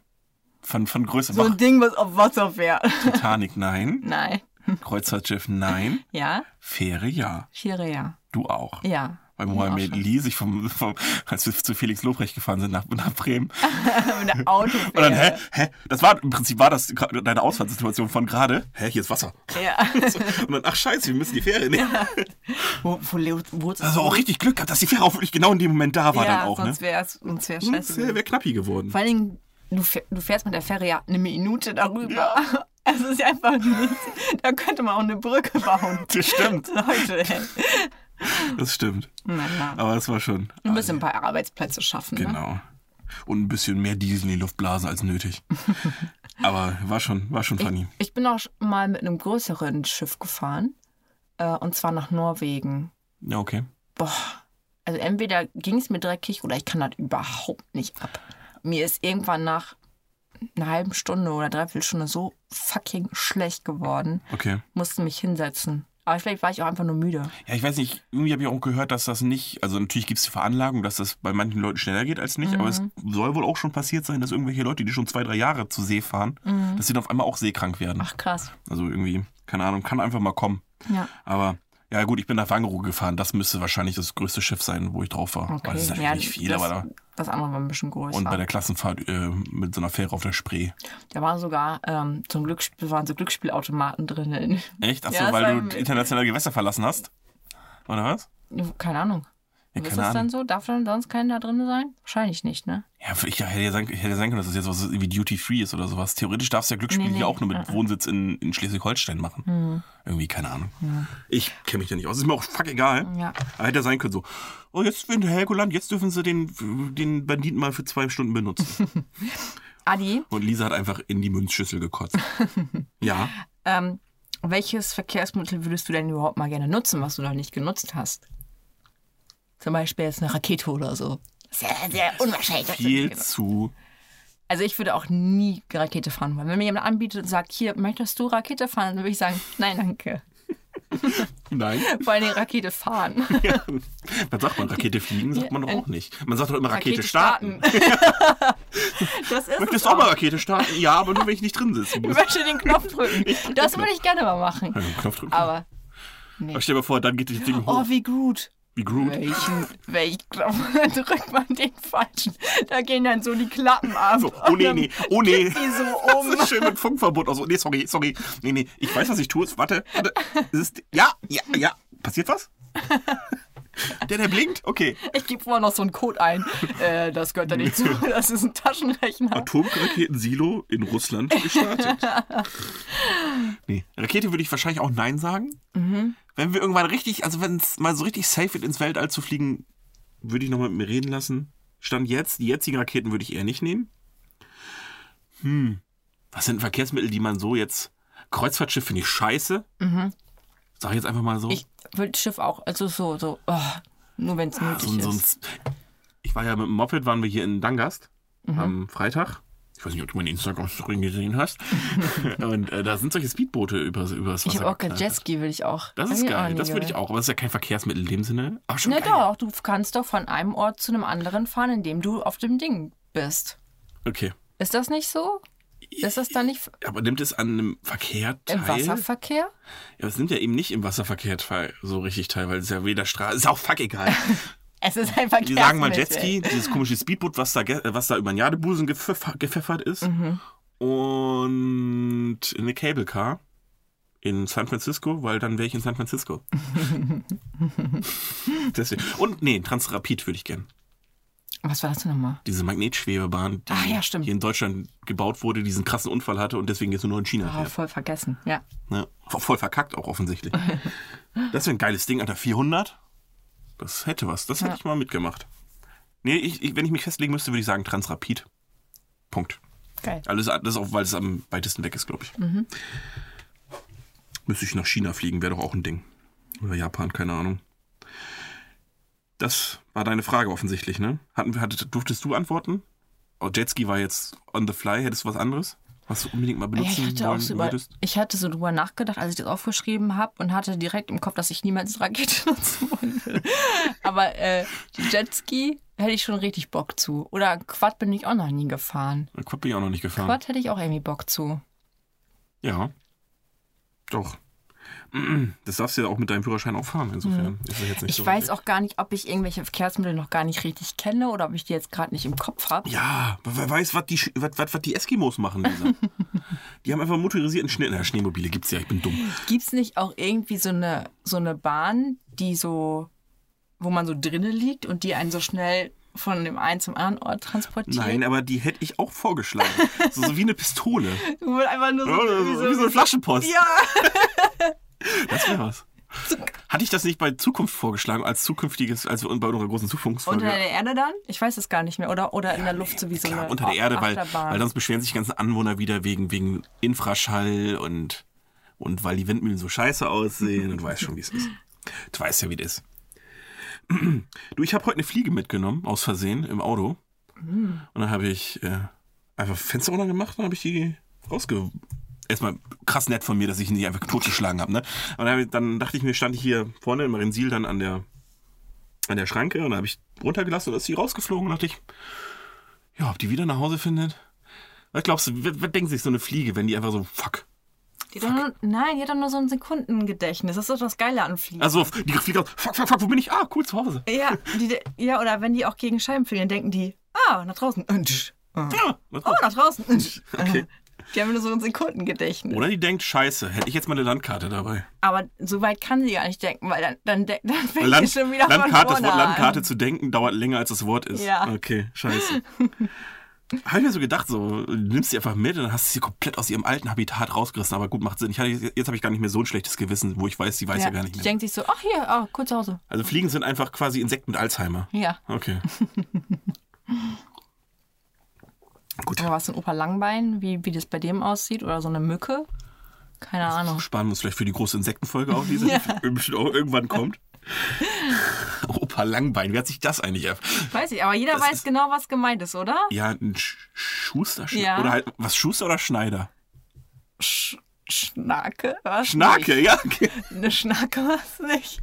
Speaker 1: Von, von Größe.
Speaker 2: So
Speaker 1: Mach
Speaker 2: ein Ding, was auf Wasser fährt.
Speaker 1: Titanic, nein.
Speaker 2: Nein.
Speaker 1: Kreuzfahrtschiff, nein.
Speaker 2: Ja?
Speaker 1: Fähre, ja.
Speaker 2: Schiere, ja.
Speaker 1: Du auch.
Speaker 2: Ja.
Speaker 1: Weil
Speaker 2: auch
Speaker 1: Mohamed
Speaker 2: schon.
Speaker 1: Lee sich vom, vom, als wir zu Felix Lobrecht gefahren sind nach, nach Bremen.
Speaker 2: Mit der Autofähre.
Speaker 1: Und dann, hä? Hä? Das war im Prinzip war das gra- deine Ausfahrtssituation von gerade. Hä, hier ist Wasser.
Speaker 2: Ja.
Speaker 1: Und dann, ach scheiße, wir müssen die Fähre nehmen.
Speaker 2: Wo, wo, le- wo ist
Speaker 1: Also auch richtig Glück gehabt, dass die Fähre auch wirklich genau in dem Moment da war
Speaker 2: ja,
Speaker 1: dann auch, ne?
Speaker 2: sonst wäre es sonst wär's scheiße.
Speaker 1: Sonst wäre
Speaker 2: gewesen.
Speaker 1: wär knappi geworden.
Speaker 2: Vor allen Dingen, du, fähr- du fährst mit der Fähre ja eine Minute darüber.
Speaker 1: Ja.
Speaker 2: Es ist ja einfach nicht. Da könnte man auch eine Brücke bauen.
Speaker 1: Das stimmt,
Speaker 2: Leute, ey.
Speaker 1: das stimmt.
Speaker 2: Na klar.
Speaker 1: Aber das war schon. ah,
Speaker 2: Du musst ein ne? paar Arbeitsplätze schaffen. Ne?
Speaker 1: Genau. Und ein bisschen mehr Diesel in die Luft blasen als nötig. Aber war schon, war schon funny.
Speaker 2: Ich bin auch mal mit einem größeren Schiff gefahren. Äh, und zwar nach Norwegen.
Speaker 1: Ja, okay.
Speaker 2: Boah. Also entweder ging es mir dreckig oder ich kann das überhaupt nicht ab. Mir ist irgendwann nach einer halben Stunde oder dreiviertel Stunde so fucking schlecht geworden.
Speaker 1: Okay.
Speaker 2: Musste mich hinsetzen. Aber vielleicht war ich auch einfach nur müde.
Speaker 1: Ja, ich weiß nicht, irgendwie habe ich auch gehört, dass das nicht, also natürlich gibt es die Veranlagung, dass das bei manchen Leuten schneller geht als nicht, aber es
Speaker 2: Mhm.
Speaker 1: soll wohl auch schon passiert sein, dass irgendwelche Leute, die schon zwei, drei Jahre zu See fahren, dass sie dann auf einmal auch seekrank werden.
Speaker 2: Mhm. Ach krass.
Speaker 1: Also irgendwie, keine Ahnung, kann einfach mal kommen.
Speaker 2: Ja.
Speaker 1: Aber Ja gut, ich bin nach Wangerooge gefahren. Das müsste wahrscheinlich das größte Schiff sein, wo ich drauf war.
Speaker 2: Okay.
Speaker 1: Weil Oh Das ist natürlich
Speaker 2: ja,
Speaker 1: nicht viel,
Speaker 2: das,
Speaker 1: aber da,
Speaker 2: das andere war ein bisschen größer.
Speaker 1: und bei der Klassenfahrt äh, mit so einer Fähre auf der Spree.
Speaker 2: da waren sogar ähm, zum Glücksspiel, waren so Glücksspielautomaten drinnen.
Speaker 1: Echt? Achso,
Speaker 2: Ja, das war
Speaker 1: weil
Speaker 2: ein-
Speaker 1: du internationale Gewässer verlassen hast? Oder was?
Speaker 2: Keine Ahnung.
Speaker 1: Ja,
Speaker 2: ist
Speaker 1: keine
Speaker 2: das dann
Speaker 1: Ahnung.
Speaker 2: so? Darf dann sonst keiner da drin sein? Wahrscheinlich nicht, ne?
Speaker 1: Ja, ich hätte ja sagen, ich hätte sagen können, dass das jetzt was wie Duty Free ist oder sowas. Theoretisch darfst du ja Glücksspiel
Speaker 2: Nee, nee.
Speaker 1: hier auch nur mit
Speaker 2: Mhm.
Speaker 1: Wohnsitz in, in Schleswig-Holstein machen. Irgendwie, keine Ahnung. Ich kenne mich da nicht aus. Ist mir auch fuck egal.
Speaker 2: Ja.
Speaker 1: Aber hätte ja sein können so, oh, jetzt in Helgoland, jetzt dürfen sie den, den Banditen mal für zwei Stunden benutzen.
Speaker 2: Adi,
Speaker 1: Und Lisa hat einfach in die Münzschüssel gekotzt. ja.
Speaker 2: ähm, welches Verkehrsmittel würdest du denn überhaupt mal gerne nutzen, was du noch nicht genutzt hast? Zum Beispiel jetzt eine Rakete oder so. Sehr, sehr unwahrscheinlich. dass du die
Speaker 1: Viel
Speaker 2: genutzt-
Speaker 1: zu.
Speaker 2: Also ich würde auch nie Rakete fahren wollen. Wenn mir jemand anbietet und sagt, hier, möchtest du Rakete fahren? Dann würde ich sagen, nein, danke.
Speaker 1: Nein.
Speaker 2: Vor allem Rakete fahren.
Speaker 1: Ja. Was sagt man? Rakete fliegen sagt man doch auch nicht. Man sagt doch immer Rakete, starten.
Speaker 2: das ist
Speaker 1: Möchtest
Speaker 2: es
Speaker 1: du auch mal Rakete starten? Ja, aber nur wenn ich nicht drin sitzen
Speaker 2: Ich
Speaker 1: muss.
Speaker 2: möchte den Knopf drücken. Das würde ich gerne mal machen.
Speaker 1: Ja, den Knopf drücken.
Speaker 2: Aber,
Speaker 1: Aber stell dir mal vor, dann geht das Ding
Speaker 2: oh,
Speaker 1: hoch.
Speaker 2: wie Groot.
Speaker 1: Wie Groot.
Speaker 2: Welchen, welchen Knopf drückt man den falschen? Da gehen dann so die Klappen ab.
Speaker 1: So, oh nee, nee, oh nee.
Speaker 2: Die so
Speaker 1: Das
Speaker 2: um.
Speaker 1: ist schön mit Funkverbot. Also, nee, sorry, sorry. Nee, nee, ich weiß, was ich tue. Warte, warte. Es ist, ja, ja, ja. Passiert was? Der, der blinkt? Okay.
Speaker 2: Ich gebe vorher noch so einen Code ein. Äh, das gehört da nicht zu. Das ist ein
Speaker 1: Ah,
Speaker 2: Taschenrechner.
Speaker 1: Atomraketensilo in Russland gestartet. Nee, Rakete würde ich wahrscheinlich auch Nein sagen. Wenn wir irgendwann richtig, also wenn es mal so richtig safe wird, ins Weltall zu fliegen, würde ich nochmal mit mir reden lassen. Stand jetzt, die jetzigen Raketen würde ich eher nicht nehmen. Hm, was sind Verkehrsmittel, die man so jetzt. Kreuzfahrtschiff finde ich scheiße. Sag ich jetzt einfach mal so.
Speaker 2: Ich würde das Schiff auch, also so, so, oh, nur wenn es
Speaker 1: Ah, so,
Speaker 2: nötig
Speaker 1: ein- so ein,
Speaker 2: ist.
Speaker 1: ich war ja mit dem Moped, waren wir hier in Dangast
Speaker 2: Mhm.
Speaker 1: am Freitag. Ich weiß nicht, ob du meine Instagram-Story gesehen hast. und äh, da sind solche Speedboote übers, übers Wasser.
Speaker 2: Ich habe auch kein
Speaker 1: geknallt.
Speaker 2: Jetski, will ich auch.
Speaker 1: Das
Speaker 2: Hab
Speaker 1: ist
Speaker 2: ich auch
Speaker 1: geil,
Speaker 2: nie
Speaker 1: das würde ich
Speaker 2: gemacht.
Speaker 1: auch. Aber das ist ja kein Verkehrsmittel in dem Sinne. Aber schon
Speaker 2: Na
Speaker 1: geil.
Speaker 2: doch, du kannst doch von einem Ort zu einem anderen fahren, indem du auf dem Ding bist.
Speaker 1: Okay.
Speaker 2: Ist das nicht so? Ist das dann nicht
Speaker 1: Aber nimmt es an einem Verkehr teil?
Speaker 2: im Wasserverkehr?
Speaker 1: Ja, aber es nimmt ja eben nicht im Wasserverkehr teil, so richtig teil, weil es ja weder Straße. Ist auch fuck egal.
Speaker 2: Es ist ein Verkehr.
Speaker 1: Die sagen mal Jetski, dieses komische Speedboot, was da, ge- äh, was da über den Jadebusen gepfeffer- gepfeffert ist.
Speaker 2: Mhm.
Speaker 1: Und eine Cable Car in San Francisco, weil dann wäre ich in San Francisco. Deswegen. Und nee, Transrapid würde ich gern.
Speaker 2: Was war das denn nochmal?
Speaker 1: Diese Magnetschwebebahn, die
Speaker 2: Ah, ja, stimmt.
Speaker 1: hier in Deutschland gebaut wurde, diesen krassen Unfall hatte und deswegen jetzt nur noch in China
Speaker 2: Oh,
Speaker 1: fährt.
Speaker 2: voll vergessen. Ja.
Speaker 1: Ne? Voll verkackt auch offensichtlich. das wäre ein geiles Ding, Alter. 400? Das hätte was. Das hätte ich mal mitgemacht. Nee, ich, ich, wenn ich mich festlegen müsste, würde ich sagen Transrapid. Punkt.
Speaker 2: Geil. Mhm.
Speaker 1: Alles, das auch, weil es am weitesten weg ist, glaube ich. Müsste ich nach China fliegen, wäre doch auch ein Ding. Oder Japan, keine Ahnung. Das war deine Frage offensichtlich, ne? Hatten, wir- hatte, durftest du antworten? Oh, Jetski war jetzt on the fly. Hättest du was anderes, was du unbedingt mal
Speaker 2: Ja,
Speaker 1: benutzen
Speaker 2: ich hatte auch
Speaker 1: wollen
Speaker 2: so über,
Speaker 1: würdest?
Speaker 2: ich hatte so drüber nachgedacht, als ich das aufgeschrieben habe und hatte direkt im Kopf, dass ich niemals Rakete nutzen wollte. Aber äh, die Jetski hätte ich schon richtig Bock zu. Oder Quad bin ich auch noch nie gefahren.
Speaker 1: Quad bin ich auch noch nicht gefahren.
Speaker 2: Quad hätte ich auch irgendwie Bock zu.
Speaker 1: Ja. Doch. Das darfst du ja auch mit deinem Führerschein auch fahren, insofern. Ist das jetzt nicht
Speaker 2: Mhm. Ich
Speaker 1: so
Speaker 2: weiß
Speaker 1: wild.
Speaker 2: auch gar nicht, ob ich irgendwelche Verkehrsmittel noch gar nicht richtig kenne oder ob ich die jetzt gerade nicht im Kopf habe.
Speaker 1: Ja, wer wer weiß, was die, Sch- was, was, was die Eskimos machen, Lisa. die haben einfach motorisierten Schnee. Na, Schneemobile gibt's ja, ich bin dumm.
Speaker 2: Gibt es nicht auch irgendwie so eine, so eine Bahn, die so, wo man so drinnen liegt und die einen so schnell von dem einen zum anderen Ort transportiert?
Speaker 1: Nein, aber die hätte ich auch vorgeschlagen. so, so wie eine Pistole.
Speaker 2: Du willst einfach nur so,
Speaker 1: Ja, oder so, wie so eine Flaschenpost.
Speaker 2: Ja.
Speaker 1: Das wäre was. Hatte ich das nicht bei Zukunft vorgeschlagen, als zukünftiges, als wir bei unserer großen Zukunftsfolge.
Speaker 2: Unter der Erde dann? Ich weiß es gar nicht mehr. Oder, oder in der Luft sowieso.
Speaker 1: Klar,
Speaker 2: eine
Speaker 1: unter der Erde, weil,
Speaker 2: Achterbahn.
Speaker 1: weil sonst beschweren sich die ganzen Anwohner wieder wegen, wegen Infraschall und, und weil die Windmühlen so scheiße aussehen und weiß schon, wie es ist. Du weißt ja, wie das ist. Du, ich habe heute eine Fliege mitgenommen, aus Versehen, im Auto. Und dann habe ich äh, einfach Fenster runter gemacht und habe ich die rausge... Erstmal krass nett von mir, dass ich ihn nicht einfach totgeschlagen habe. Ne? Und dann, hab ich, dann dachte ich mir, stand ich hier vorne im Rensil dann an der, an der Schranke und dann habe ich runtergelassen und dann ist sie rausgeflogen und dachte ich, ja, ob die wieder nach Hause findet? Was glaubst du, was, was denkt sich so eine Fliege, wenn die einfach so, fuck,
Speaker 2: Die hat doch nur, nein, die hat doch nur so ein Sekundengedächtnis. Das ist doch das Geile an Fliegen.
Speaker 1: Also, die fliegt raus. Fuck, fuck, fuck, wo bin ich? Ah, cool, zu Hause.
Speaker 2: ja, die, ja, oder wenn die auch gegen Scheiben fliegen, dann denken die, ah, nach draußen. Ah.
Speaker 1: Ah, was
Speaker 2: Oh, nach draußen.
Speaker 1: Okay.
Speaker 2: Die haben nur so ein Sekundengedächtnis.
Speaker 1: Oder die denkt, scheiße, hätte ich jetzt meine Landkarte dabei.
Speaker 2: Aber so weit kann sie gar nicht denken, weil dann, dann, de- dann fängt
Speaker 1: Land-
Speaker 2: sie schon wieder
Speaker 1: Landkarte,
Speaker 2: von
Speaker 1: das
Speaker 2: vorne
Speaker 1: Wort Landkarte
Speaker 2: an.
Speaker 1: zu denken, dauert länger, als das Wort ist.
Speaker 2: Ja.
Speaker 1: Okay, scheiße. Habe ich mir so gedacht, so, du nimmst sie einfach mit und dann hast du sie komplett aus ihrem alten Habitat rausgerissen. Aber gut, macht Sinn. Ich hatte, jetzt habe ich gar nicht mehr so ein schlechtes Gewissen, wo ich weiß, sie weiß ja,
Speaker 2: Ja,
Speaker 1: gar nicht
Speaker 2: die
Speaker 1: mehr.
Speaker 2: denkt sich so, ach hier, ah, kurz zu Hause.
Speaker 1: Also Fliegen sind einfach quasi Insekten mit Alzheimer.
Speaker 2: Ja.
Speaker 1: Okay. gut,
Speaker 2: Aber was ein Opa Langbein, wie, wie das bei dem aussieht oder so eine Mücke? Keine Ahnung.
Speaker 1: sparen wir uns vielleicht für die große Insektenfolge auf, die bestimmt auch irgendwann kommt. Opa Langbein, wer hat sich das eigentlich erf
Speaker 2: Weiß ich, aber jeder
Speaker 1: Das
Speaker 2: weiß
Speaker 1: ist-
Speaker 2: genau, was gemeint ist, oder?
Speaker 1: Ja, ein Sch Schuster? Sch
Speaker 2: Ja.
Speaker 1: Oder halt, was Schuster oder Schneider?
Speaker 2: Sch Schnake? Was
Speaker 1: Schnake,
Speaker 2: Nicht.
Speaker 1: ja. Okay.
Speaker 2: Eine Schnake war es nicht.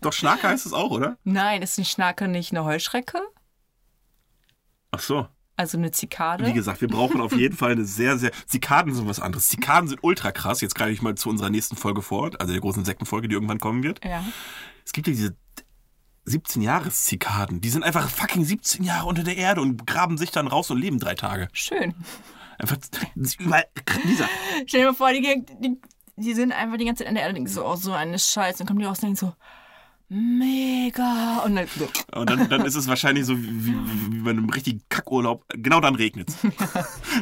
Speaker 1: Doch, Schnake heißt es auch, oder?
Speaker 2: Nein, ist eine Schnake nicht eine Heuschrecke?
Speaker 1: Ach so.
Speaker 2: Also eine Zikade?
Speaker 1: Wie gesagt, wir brauchen auf jeden Fall eine sehr, sehr. Zikaden sind was anderes. Zikaden sind ultra krass. Jetzt greife ich mal zu unserer nächsten Folge vor, also der großen Insektenfolge, die irgendwann kommen wird.
Speaker 2: ja.
Speaker 1: Es gibt ja diese 17-Jahres-Zikaden. Die sind einfach fucking 17 Jahre unter der Erde und graben sich dann raus und leben drei Tage.
Speaker 2: Schön.
Speaker 1: Einfach überall. Lisa,
Speaker 2: Stell dir mal vor, die, die, die sind einfach die ganze Zeit an der Erde und denken so, oh, so eine Scheiße. Dann kommen die raus und denken so, mega. Und dann so,
Speaker 1: Und dann, dann ist es wahrscheinlich so wie, wie, wie bei einem richtigen Kackurlaub. Genau dann regnet es.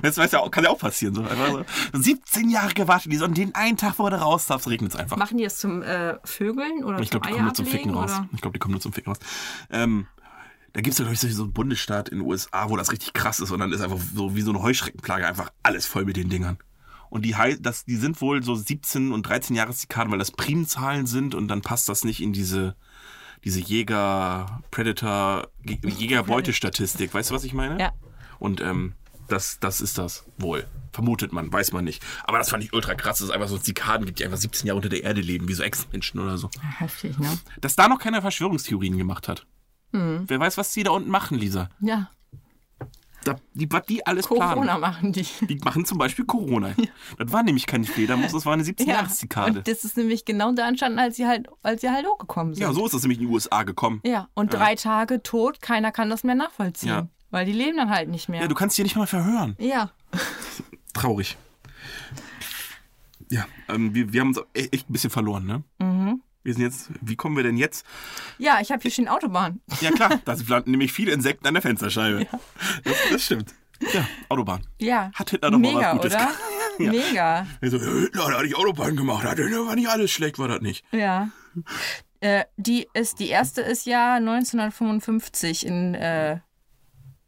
Speaker 1: Das weiß ja auch, kann ja auch passieren. So. Einfach so 17 Jahre gewartet, die Sonne, den einen Tag, wo du raus darfst, regnet es einfach.
Speaker 2: machen die das zum äh, Vögeln oder
Speaker 1: ich
Speaker 2: zum
Speaker 1: glaube, die
Speaker 2: Eier
Speaker 1: kommen nur zum
Speaker 2: ablegen,
Speaker 1: Ficken raus.
Speaker 2: Oder?
Speaker 1: Ich glaube, die kommen nur zum Ficken raus. Ähm, da gibt es ja, glaube ich, so so einen Bundesstaat in den USA, wo das richtig krass ist. Und dann ist einfach so wie so eine Heuschreckenplage einfach alles voll mit den Dingern. Und die, hei- das, die sind wohl so 17 und 13 Jahreszikaden, weil das Primzahlen sind und dann passt das nicht in diese, diese Jäger-Predator-Jäger-Beutestatistik. Weißt du, was ich meine?
Speaker 2: Ja.
Speaker 1: Und ähm, das, das ist das wohl. Vermutet man, weiß man nicht. Aber das fand ich ultra krass, dass es einfach so Zikaden gibt, die einfach 17 Jahre unter der Erde leben, wie so Ex-Menschen oder so
Speaker 2: Heftig, ne?
Speaker 1: dass da noch keiner Verschwörungstheorien gemacht hat.
Speaker 2: Hm.
Speaker 1: Wer weiß, was die da unten machen, Lisa.
Speaker 2: Ja,
Speaker 1: Da, die, was die alles
Speaker 2: Corona
Speaker 1: planen.
Speaker 2: machen die.
Speaker 1: Die machen zum Beispiel Corona. Das war nämlich keine Fledermaus, das war eine 17
Speaker 2: Ja,
Speaker 1: jahres zikade
Speaker 2: und das ist nämlich genau da entstanden, als sie halt, als sie halt hochgekommen sind.
Speaker 1: Ja, so ist das nämlich in die USA gekommen.
Speaker 2: Ja, und drei Tage tot, keiner kann das mehr nachvollziehen.
Speaker 1: Ja.
Speaker 2: Weil die leben dann halt nicht mehr.
Speaker 1: Ja, du kannst die nicht mal verhören.
Speaker 2: Ja.
Speaker 1: Traurig. Ja, ähm, wir, wir haben uns e- echt ein bisschen verloren, ne? Wir sind jetzt, wie kommen wir denn jetzt?
Speaker 2: Mhm. Ja, ich habe hier stehen Autobahn.
Speaker 1: Ja klar, da landen nämlich viele Insekten an der Fensterscheibe. Das, das stimmt. Ja, Autobahn.
Speaker 2: Ja.
Speaker 1: Hat Hitler doch mal
Speaker 2: Mega,
Speaker 1: was Gutes
Speaker 2: oder?
Speaker 1: gemacht.
Speaker 2: Mega.
Speaker 1: Er so, Hitler, der hat die Autobahn gemacht, hat der war nicht alles schlecht, war das nicht.
Speaker 2: Ja. Äh, die, ist, die erste ist ja 1955 in, äh,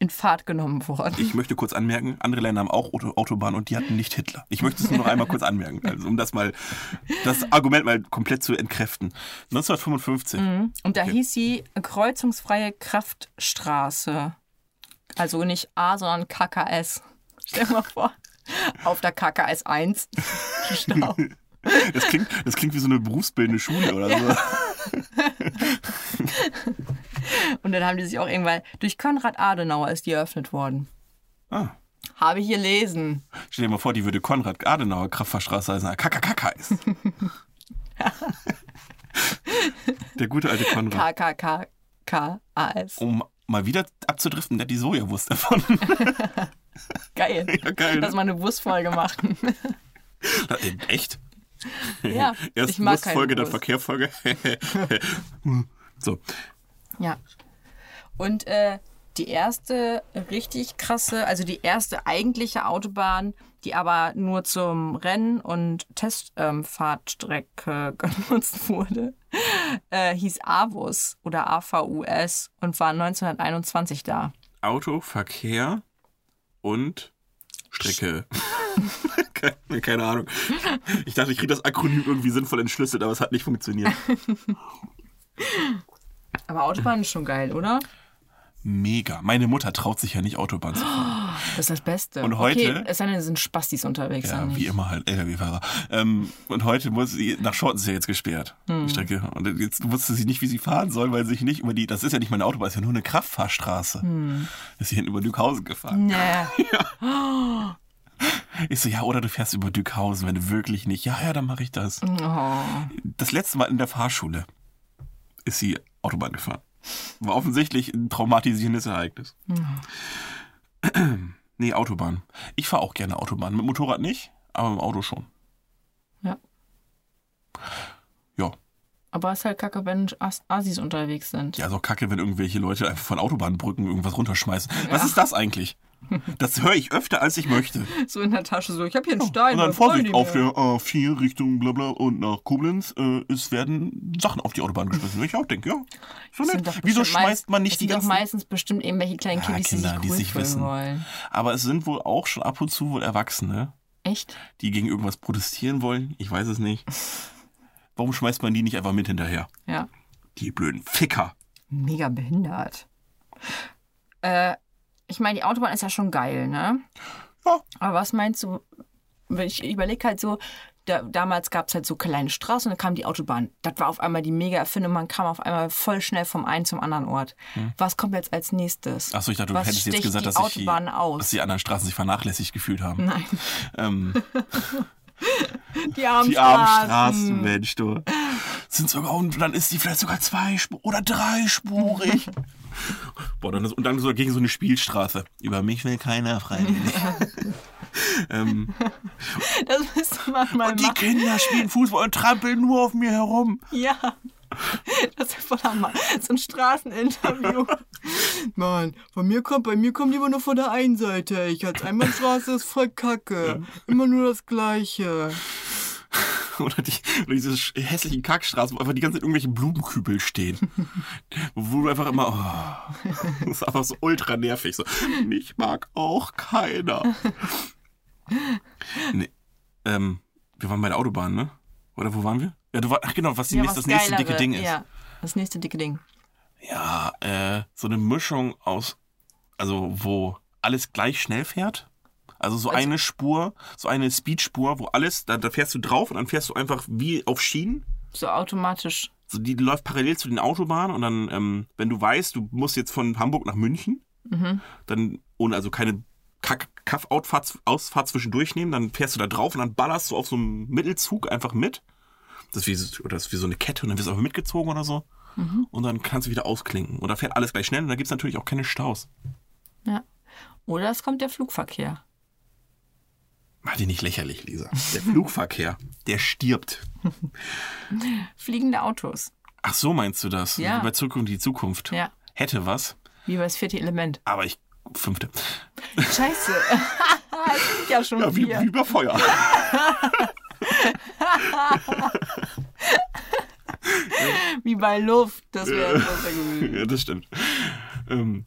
Speaker 2: in Fahrt genommen worden.
Speaker 1: Ich möchte kurz anmerken, andere Länder haben auch Auto- Autobahnen und die hatten nicht Hitler. Ich möchte es nur noch einmal kurz anmerken, also um das mal, das Argument mal komplett zu entkräften. 1955.
Speaker 2: Und da
Speaker 1: Okay.
Speaker 2: hieß sie kreuzungsfreie Kraftstraße. Also nicht A, sondern KKS. Stell dir mal vor. Auf der KKS 1. Stau.
Speaker 1: Das, klingt, das klingt wie so eine berufsbildende Schule oder so.
Speaker 2: Und dann haben die sich auch irgendwann. Durch Konrad Adenauer ist die eröffnet worden.
Speaker 1: Ah.
Speaker 2: Habe ich gelesen.
Speaker 1: Stell dir mal vor, die würde Konrad Adenauer Kraftfahrstraße heißen. ah, Kakakaka ist. Der gute alte Konrad.
Speaker 2: KKKKAS.
Speaker 1: Um mal wieder abzudriften, der hat die Sojawurst davon.
Speaker 2: Geil.
Speaker 1: Ja, geil. ne?
Speaker 2: Lass mal eine Wurstfolge machen.
Speaker 1: Äh, Echt?
Speaker 2: Ja,
Speaker 1: Erst
Speaker 2: ich mag
Speaker 1: Wurstfolge,
Speaker 2: keine
Speaker 1: dann
Speaker 2: Wurst.
Speaker 1: Verkehrfolge. so.
Speaker 2: Ja. Und äh, die erste richtig krasse, also die erste eigentliche Autobahn, die aber nur zum Rennen- und Testfahrtstrecke äh, genutzt wurde, äh, hieß AVUS oder AVUS und war 1921 da.
Speaker 1: Auto, Verkehr und Strecke. keine, keine Ahnung. Ich dachte, ich kriege das Akronym irgendwie sinnvoll entschlüsselt, aber es hat nicht funktioniert.
Speaker 2: Aber Autobahn ist schon geil, oder?
Speaker 1: Mega. Meine Mutter traut sich ja nicht, Autobahn zu fahren.
Speaker 2: Das ist das Beste.
Speaker 1: Und heute-
Speaker 2: Okay, es sei denn, es sind Spastis unterwegs.
Speaker 1: Ja,
Speaker 2: Anni.
Speaker 1: wie immer halt, LKW-Fahrer. Ähm, und heute muss sie, nach Shorten ist ja jetzt gesperrt, die Strecke. Und jetzt wusste sie nicht, wie sie fahren soll, weil sie sich nicht über die, das ist ja nicht meine Autobahn, das ist ja nur eine Kraftfahrstraße. Ist sie hinten über Lükhausen gefahren.
Speaker 2: Nee.
Speaker 1: Ich so, ja, oder du fährst über Dückhausen, wenn du wirklich nicht. Ja, ja, dann mache ich das.
Speaker 2: Oh.
Speaker 1: Das letzte Mal in der Fahrschule ist sie Autobahn gefahren. War offensichtlich ein traumatisierendes Ereignis. Nee, Autobahn. Ich fahre auch gerne Autobahn. Mit Motorrad nicht, aber mit dem Auto schon.
Speaker 2: Ja.
Speaker 1: Ja.
Speaker 2: Aber es ist halt kacke, wenn As Asis unterwegs sind.
Speaker 1: Ja, ist auch kacke, wenn irgendwelche Leute einfach von Autobahnbrücken irgendwas runterschmeißen. Was ist das eigentlich? Das höre ich öfter, als ich möchte.
Speaker 2: So in der Tasche so, ich habe hier einen Stein.
Speaker 1: Oh, Und dann
Speaker 2: was wollen
Speaker 1: Vorsicht
Speaker 2: die
Speaker 1: auf
Speaker 2: mir?
Speaker 1: der äh, A4 Richtung blabla und nach Koblenz. Äh, es werden Sachen auf die Autobahn geschmissen. Wo Ich auch denke, ja. So
Speaker 2: Das sind
Speaker 1: nett.
Speaker 2: doch
Speaker 1: Wieso
Speaker 2: bestimmt meist-
Speaker 1: schmeißt man
Speaker 2: das
Speaker 1: nicht die
Speaker 2: sind doch
Speaker 1: ganzen.
Speaker 2: meistens bestimmt irgendwelche kleinen
Speaker 1: Ja,
Speaker 2: Kiddies,
Speaker 1: Kinder,
Speaker 2: die
Speaker 1: die es
Speaker 2: sich
Speaker 1: nicht
Speaker 2: cool
Speaker 1: wissen.
Speaker 2: fühlen wollen.
Speaker 1: Aber es sind wohl auch schon ab und zu wohl Erwachsene,
Speaker 2: Echt?
Speaker 1: die gegen irgendwas protestieren wollen. Ich weiß es nicht. Warum schmeißt man die nicht einfach mit hinterher?
Speaker 2: Ja.
Speaker 1: Die blöden Ficker.
Speaker 2: Mega behindert. Äh, ich meine, die Autobahn ist ja schon geil, ne?
Speaker 1: Ja.
Speaker 2: Aber was meinst du? Ich überlege halt so, da, damals gab es halt so kleine Straßen und dann kam die Autobahn. Das war auf einmal die mega Erfindung. Man kam auf einmal voll schnell vom einen zum anderen Ort. Was kommt jetzt als nächstes?
Speaker 1: Achso, ich dachte, du
Speaker 2: Was
Speaker 1: hättest jetzt
Speaker 2: sticht
Speaker 1: gesagt,
Speaker 2: die
Speaker 1: dass, ich,
Speaker 2: Autobahn aus? Hm.
Speaker 1: dass die anderen Straßen sich vernachlässigt gefühlt haben.
Speaker 2: Nein,
Speaker 1: Ähm,
Speaker 2: die armen
Speaker 1: die armen Straßen,
Speaker 2: Straßen.
Speaker 1: Mensch, du. Sind sogar, und dann ist die vielleicht sogar zwei oder dreispurig. Boah, dann ist, und dann so gegen so eine Spielstraße. Über mich will keiner freiwillig. ähm,
Speaker 2: Das müsste man mal
Speaker 1: die
Speaker 2: machen.
Speaker 1: Kinder spielen Fußball und trampeln nur auf mir herum.
Speaker 2: Ja. Das ist voll Hammer. So ein Straßeninterview. Mann, von mir kommt, bei mir kommt immer nur von der einen Seite. Ich als Einbahnstraße ist voll kacke. Immer nur das Gleiche.
Speaker 1: Oder, die, oder diese sch- hässlichen Kackstraßen, wo einfach die ganze Zeit irgendwelche Blumenkübel stehen. wo du einfach immer. Oh, das ist einfach so ultra nervig. So, mich mag auch keiner. Nee. Ähm, wir waren bei der Autobahn, ne? Oder wo waren wir? Ja, du war, ach genau, was, die nächste, das nächste dicke Ding ist.
Speaker 2: Ja, das nächste dicke Ding.
Speaker 1: Ja, äh, so eine Mischung aus, also wo alles gleich schnell fährt. Also so eine Spur, so eine Speedspur, wo alles, da, da fährst du drauf und dann fährst du einfach wie auf Schienen.
Speaker 2: So automatisch.
Speaker 1: So, die läuft parallel zu den Autobahnen und dann, ähm, wenn du weißt, du musst jetzt von Hamburg nach München,
Speaker 2: Mhm.
Speaker 1: dann ohne also keine Kack- Kaff-Ausfahrt Ausfahrt zwischendurch nehmen, dann fährst du da drauf und dann ballerst du auf so einem Mittelzug einfach mit. Das ist wie, so- oder das ist wie so eine Kette und dann wirst du einfach mitgezogen oder so.
Speaker 2: Mhm.
Speaker 1: Und dann kannst du wieder ausklinken. Und da fährt alles gleich schnell und da gibt es natürlich auch keine Staus.
Speaker 2: Ja. Oder es kommt der Flugverkehr.
Speaker 1: Mach dich nicht lächerlich, Lisa. Der Flugverkehr, der stirbt.
Speaker 2: Fliegende Autos.
Speaker 1: Ach so meinst du das?
Speaker 2: Ja.
Speaker 1: Wie Bei Zukunft die Zukunft.
Speaker 2: Ja.
Speaker 1: Hätte was,
Speaker 2: Wie bei das vierte Element.
Speaker 1: aber ich... Fünfte.
Speaker 2: Scheiße. es sind ja schon
Speaker 1: Ja, wie,
Speaker 2: vier.
Speaker 1: wie bei Feuer.
Speaker 2: Wie bei Luft. Das wäre besser gewesen.
Speaker 1: Ja, das stimmt. Ähm,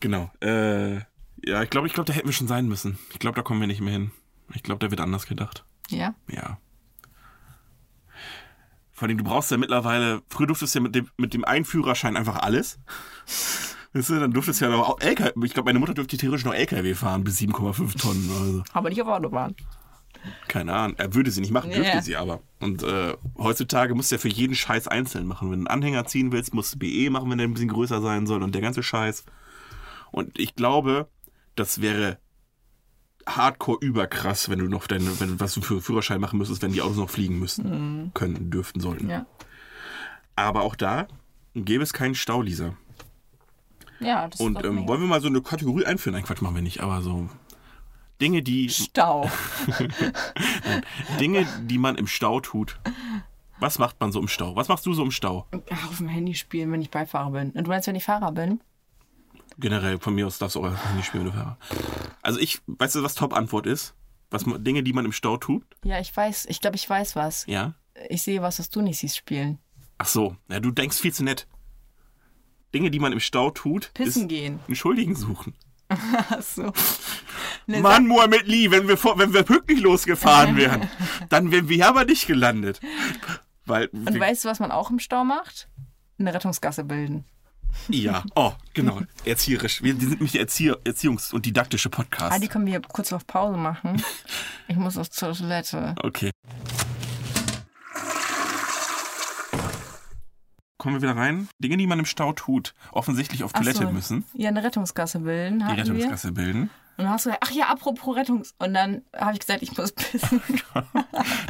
Speaker 1: genau. Äh, ja, ich glaube, ich glaube, da hätten wir schon sein müssen. Ich glaube, da kommen wir nicht mehr hin. Ich glaube, da wird anders gedacht.
Speaker 2: Ja.
Speaker 1: Ja. Vor allem, du brauchst ja mittlerweile, früher durftest du ja mit dem, mit dem einen Führerschein einfach alles. Weißt du, dann durftest du ja noch auch LKW, ich glaube, meine Mutter dürfte theoretisch noch LKW fahren bis 7,5 Tonnen oder so.
Speaker 2: Aber nicht auf Autobahn.
Speaker 1: Keine Ahnung. Er würde sie nicht machen, dürfte
Speaker 2: Ja.
Speaker 1: sie aber. Und äh, heutzutage musst du ja für jeden Scheiß einzeln machen. Wenn du einen Anhänger ziehen willst, musst du BE machen, wenn der ein bisschen größer sein soll und der ganze Scheiß. Und ich glaube, das wäre hardcore überkrass, wenn du noch deine, wenn, was du für einen Führerschein machen müsstest, wenn die Autos noch fliegen müssten, können, dürften, sollten.
Speaker 2: Mhm. Ja.
Speaker 1: Aber auch da gäbe es keinen Stau, Lisa.
Speaker 2: Ja, das ist
Speaker 1: Und
Speaker 2: doch
Speaker 1: ähm,
Speaker 2: mega.
Speaker 1: wollen wir mal so eine Kategorie einführen? Nein, Quatsch machen wir nicht, aber so Dinge, die
Speaker 2: Stau.
Speaker 1: Dinge, die man im Stau tut. Was macht man so im Stau? Was machst du so im Stau?
Speaker 2: Ach, auf dem Handy spielen, wenn ich Beifahrer bin. Und du meinst, wenn ich Fahrer bin?
Speaker 1: Generell, von mir aus darfst du auch nicht spielen, wenn du Fahrer. Also ich, weißt du, was Top-Antwort ist? Was, ma- Dinge, die man im Stau tut?
Speaker 2: Ja, ich weiß. Ich glaube, ich weiß was.
Speaker 1: Ja.
Speaker 2: Ich sehe was, was du nicht siehst, spielen.
Speaker 1: Ach so, ja, du denkst viel zu nett. Dinge, die man im Stau tut,
Speaker 2: Pissen
Speaker 1: ist
Speaker 2: gehen.
Speaker 1: einen Schuldigen suchen.
Speaker 2: Ach so. Ne,
Speaker 1: Mann, Mohammed Lee, wenn wir, vor, wenn wir pünktlich losgefahren wären, dann wären wir hier aber nicht gelandet. Weil,
Speaker 2: Und weißt du, was man auch im Stau macht? Eine Rettungsgasse bilden.
Speaker 1: ja, oh, genau, erzieherisch. Wir die sind nämlich Erzieher, Erziehungs- und didaktische Podcast.
Speaker 2: Adi, Ah, können wir hier kurz auf Pause machen? Ich muss auf zur Toilette.
Speaker 1: Okay. Kommen wir wieder rein. Dinge, die man im Stau tut, offensichtlich auf
Speaker 2: Ach
Speaker 1: Toilette
Speaker 2: so.
Speaker 1: müssen,
Speaker 2: Ja, eine Rettungsgasse bilden
Speaker 1: die
Speaker 2: hatten wir.
Speaker 1: Rettungsgasse bilden.
Speaker 2: Und dann hast du gesagt, ach ja, apropos Rettungs. Und dann habe ich gesagt, ich muss pissen.
Speaker 1: Da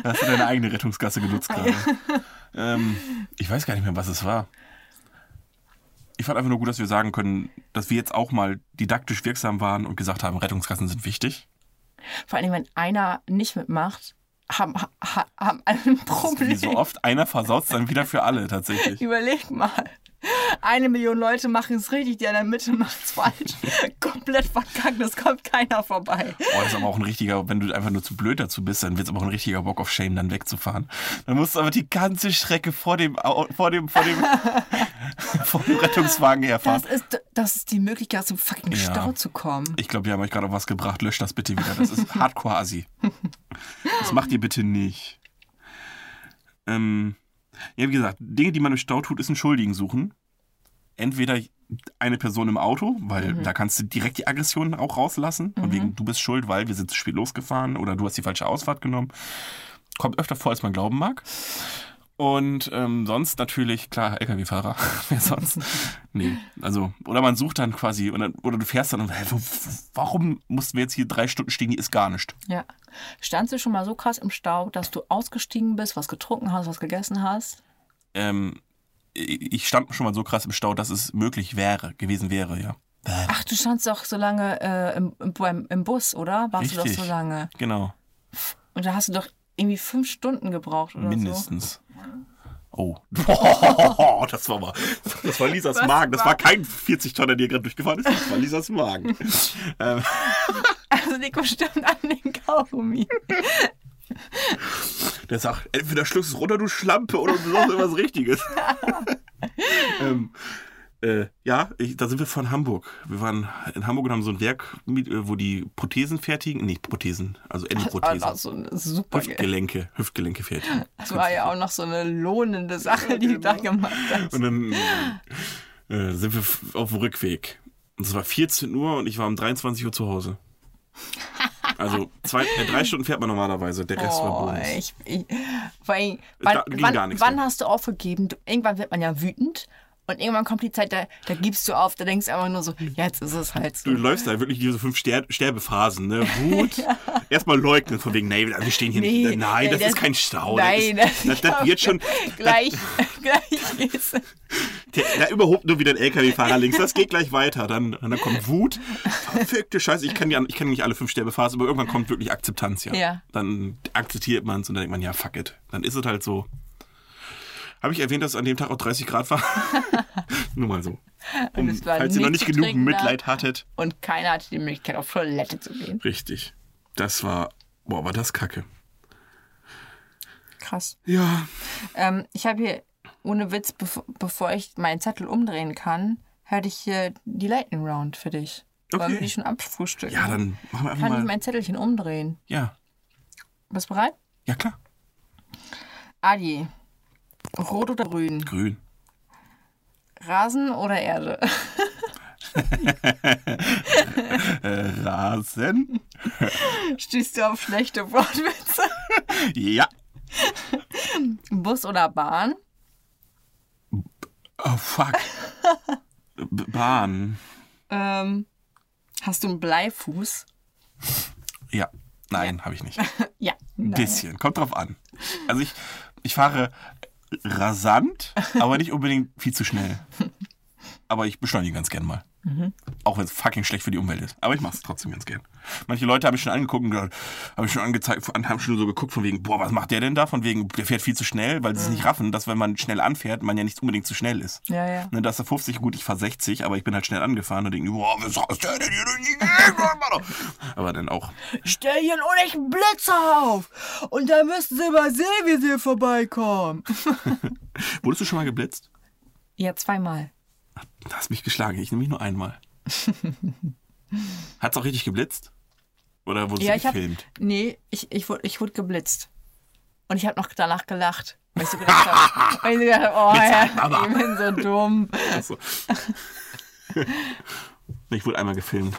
Speaker 1: hast du deine eigene Rettungsgasse genutzt
Speaker 2: Ah,
Speaker 1: gerade. ähm, ich weiß gar nicht mehr, was es war. Ich fand einfach nur gut, dass wir sagen können, dass wir jetzt auch mal didaktisch wirksam waren und gesagt haben, Rettungsgassen sind wichtig.
Speaker 2: Vor allem, wenn einer nicht mitmacht, haben, ha- haben alle ein
Speaker 1: Das ist
Speaker 2: Problem.
Speaker 1: Wie so oft, einer versaut dann wieder für alle tatsächlich.
Speaker 2: Überleg mal. Eine Million Leute machen es richtig, die in der Mitte macht es falsch. Komplett verkackt, es kommt keiner vorbei.
Speaker 1: Oh, das ist aber auch ein richtiger, wenn du einfach nur zu blöd dazu bist, dann wird es aber auch ein richtiger Bock auf Shame, dann wegzufahren. Dann musst du aber die ganze Strecke vor dem, Au- vor dem, vor dem, vor dem Rettungswagen herfahren.
Speaker 2: Das ist, das ist die Möglichkeit, aus dem fucking
Speaker 1: Ja.
Speaker 2: Stau zu kommen.
Speaker 1: Ich glaube, wir haben euch gerade auf was gebracht. Löscht das bitte wieder. Das ist Hardcore-Assi. Das macht ihr bitte nicht. Ähm, ja, wie gesagt, Dinge, die man im Stau tut, ist einen Schuldigen suchen. Entweder eine Person im Auto, weil da kannst du direkt die Aggression auch rauslassen. Und wegen, du bist schuld, weil wir sind zu spät losgefahren oder du hast die falsche Ausfahrt genommen. Kommt öfter vor, als man glauben mag. Und ähm, sonst natürlich, klar, Lkw-Fahrer. Wer sonst? Nee, also, oder man sucht dann quasi, und dann, oder du fährst dann und, hä, wo- warum mussten wir jetzt hier drei Stunden stehen? Hier ist gar nichts.
Speaker 2: Ja. Standst du schon mal so krass im Stau, dass du ausgestiegen bist, was getrunken hast, was gegessen hast?
Speaker 1: Ähm, ich stand schon mal so krass im Stau, dass es möglich wäre, gewesen wäre, ja.
Speaker 2: Ach, du standst doch so lange äh, im, im, beim- im Bus, oder? Warst du
Speaker 1: Richtig.
Speaker 2: doch so lange.
Speaker 1: Genau,
Speaker 2: Und da hast du doch irgendwie fünf Stunden gebraucht oder so.
Speaker 1: mindestens. Oh. Boah, das war mal. Das war Lisas
Speaker 2: Was
Speaker 1: Magen. Das
Speaker 2: war-
Speaker 1: war kein 40-Tonner, der gerade durchgefahren ist. Das war Lisas Magen. ähm,
Speaker 2: Also Nico stimmt an den Kaugummi.
Speaker 1: Der sagt, entweder schluckst du es runter, du Schlampe, oder du sagst irgendwas Richtiges. ähm, äh, ja, ich, da sind wir von Hamburg. Wir waren in Hamburg und haben so ein Werk, mit, äh, wo die Prothesen fertigen. Nicht Prothesen, also
Speaker 2: Ah, Das war
Speaker 1: Endprothesen.
Speaker 2: so eine super
Speaker 1: Hüftgelenke, Hüftgelenke fertigen.
Speaker 2: Das war ja auch noch so eine lohnende Sache, die du da
Speaker 1: Genau.
Speaker 2: gemacht hast.
Speaker 1: Und dann äh, sind wir f- auf dem Rückweg. Und es war 14 Uhr und ich war um 23 Uhr zu Hause. Also zwei, äh, drei Stunden fährt man normalerweise, der Rest war
Speaker 2: Oh,
Speaker 1: Bonus.
Speaker 2: ich, ich, vor allem, wann,
Speaker 1: da ging
Speaker 2: wann,
Speaker 1: gar nichts
Speaker 2: wann
Speaker 1: mehr.
Speaker 2: hast du aufgegeben? Du, irgendwann wird man ja wütend und irgendwann kommt die Zeit, da, da gibst du auf, da denkst du einfach nur so, ja, jetzt ist es halt so.
Speaker 1: du läufst da wirklich diese fünf Ster Sterbephasen, ne? Wut, erstmal leugnen, von wegen, nee, wir stehen hier
Speaker 2: Nee,
Speaker 1: nicht. Nein,
Speaker 2: nee,
Speaker 1: das,
Speaker 2: das-
Speaker 1: ist kein Stau.
Speaker 2: Nein,
Speaker 1: das, ist, das, das wird schon.
Speaker 2: Gleich, gleich geht's.
Speaker 1: Der, da überholt nur wieder ein LKW-Fahrer links. Das geht gleich weiter. Dann, dann kommt Wut. Verfickte Scheiße, ich kenne ich kenn nicht alle fünf Sterbephasen, aber irgendwann kommt wirklich Akzeptanz, ja.
Speaker 2: Ja.
Speaker 1: Dann akzeptiert man es und dann denkt man, ja, fuck it. Dann ist es halt so. Habe ich erwähnt, dass es an dem Tag auch 30 Grad war? nur mal so. Um,
Speaker 2: es war
Speaker 1: falls ihr noch
Speaker 2: halt
Speaker 1: nicht
Speaker 2: nichts zu
Speaker 1: genug
Speaker 2: trinken ne? da.
Speaker 1: Mitleid hattet.
Speaker 2: Und keiner hatte die Möglichkeit, auf Toilette zu gehen.
Speaker 1: Richtig. Das war. Boah, war das kacke.
Speaker 2: Krass.
Speaker 1: Ja.
Speaker 2: Ähm, ich habe hier, ohne Witz, bev bevor ich meinen Zettel umdrehen kann, hätte ich hier die Lightning Round für dich. Wollen
Speaker 1: Okay.
Speaker 2: wir die schon abfrühstücken?
Speaker 1: Ja, dann machen wir einfach
Speaker 2: Kann ich
Speaker 1: mal.
Speaker 2: mein Zettelchen umdrehen?
Speaker 1: ja.
Speaker 2: Bist du bereit?
Speaker 1: Ja, klar.
Speaker 2: Adi. Rot oder grün?
Speaker 1: Grün.
Speaker 2: Rasen oder Erde?
Speaker 1: Rasen?
Speaker 2: Stehst du auf schlechte Wortwitze?
Speaker 1: Ja.
Speaker 2: Bus oder Bahn?
Speaker 1: Oh, fuck. B Bahn.
Speaker 2: Ähm, hast du einen Bleifuß?
Speaker 1: Ja. Nein, habe ich nicht.
Speaker 2: Ja.
Speaker 1: Ein bisschen. Kommt drauf an. Also ich, ich fahre rasant, aber nicht unbedingt viel zu schnell. Aber ich beschleunige ganz gern mal. Auch wenn es fucking schlecht für die Umwelt ist. Aber ich mache es trotzdem ganz gern. Manche Leute haben mich schon angeguckt und gesagt, haben mich schon angezeigt, haben schon so geguckt von wegen, boah, was macht der denn da? Von wegen, der fährt viel zu schnell, weil sie es nicht raffen, dass wenn man schnell anfährt, man ja nicht unbedingt zu schnell ist.
Speaker 2: Ja, ja.
Speaker 1: Ne, da ist er 50, gut, ich fahr 60, aber ich bin halt schnell angefahren und denke, boah, was hast der denn hier durch die Gegend? Mann?" Aber dann auch,
Speaker 2: Stell hier einen unechten Blitz auf! Und da müssten sie mal sehen, wie sie vorbeikommen.
Speaker 1: wurdest du schon mal geblitzt?
Speaker 2: Ja, zweimal.
Speaker 1: Du hast mich geschlagen. Ich nehme mich nur einmal. Hat's auch richtig geblitzt? Oder wurde
Speaker 2: ja,
Speaker 1: es gefilmt?
Speaker 2: Nee, ich, ich wurde ich wurde geblitzt. Und ich habe noch danach gelacht. Weil ich so gedacht habe, weil ich so gedacht hab, oh,
Speaker 1: Mit seinem
Speaker 2: Herr,
Speaker 1: Mama.
Speaker 2: ich bin so dumm.
Speaker 1: Ach so. Nee, ich wurde einmal gefilmt.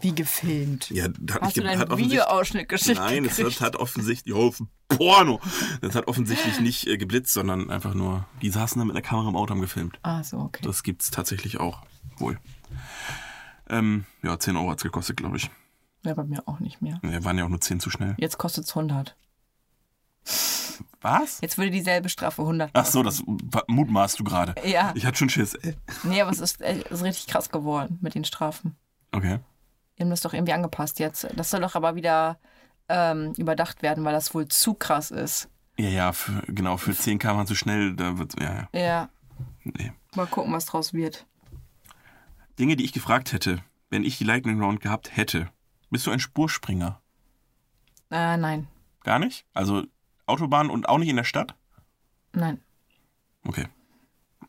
Speaker 2: Wie gefilmt.
Speaker 1: Ja, da hat
Speaker 2: Hast du
Speaker 1: nicht ge-
Speaker 2: deinen
Speaker 1: offensichtlich-
Speaker 2: Videoausschnitt geschickt?
Speaker 1: Nein, das
Speaker 2: gekriegt?
Speaker 1: hat, hat offensichtlich. Oh, Porno! Das hat offensichtlich nicht äh, geblitzt, sondern einfach nur. Die saßen da mit einer Kamera im Auto und haben gefilmt.
Speaker 2: Ah, so, okay.
Speaker 1: Das gibt's tatsächlich auch. Wohl. Ähm, ja, 10 Euro hat es gekostet, glaube ich.
Speaker 2: Ja, bei mir auch nicht mehr.
Speaker 1: Wir waren ja auch nur 10 zu schnell.
Speaker 2: Jetzt kostet es 100.
Speaker 1: Was?
Speaker 2: Jetzt würde dieselbe Strafe 100
Speaker 1: Ach so, das mutmaßt du gerade.
Speaker 2: Ja.
Speaker 1: Ich hatte schon Schiss. ey.
Speaker 2: Nee, aber es ist, äh, es ist richtig krass geworden mit den Strafen.
Speaker 1: Okay.
Speaker 2: Die haben das doch irgendwie angepasst jetzt. Das soll doch aber wieder ähm, überdacht werden, weil das wohl zu krass ist.
Speaker 1: Ja, ja, für, genau, für 10 km zu schnell, da wird ja, ja,
Speaker 2: Ja,
Speaker 1: nee.
Speaker 2: mal gucken, was draus wird.
Speaker 1: Dinge, die ich gefragt hätte, wenn ich die Lightning Round gehabt hätte. Bist du ein Spurspringer?
Speaker 2: Äh, nein,
Speaker 1: Gar nicht? Also Autobahn und auch nicht in der Stadt?
Speaker 2: nein.
Speaker 1: Okay.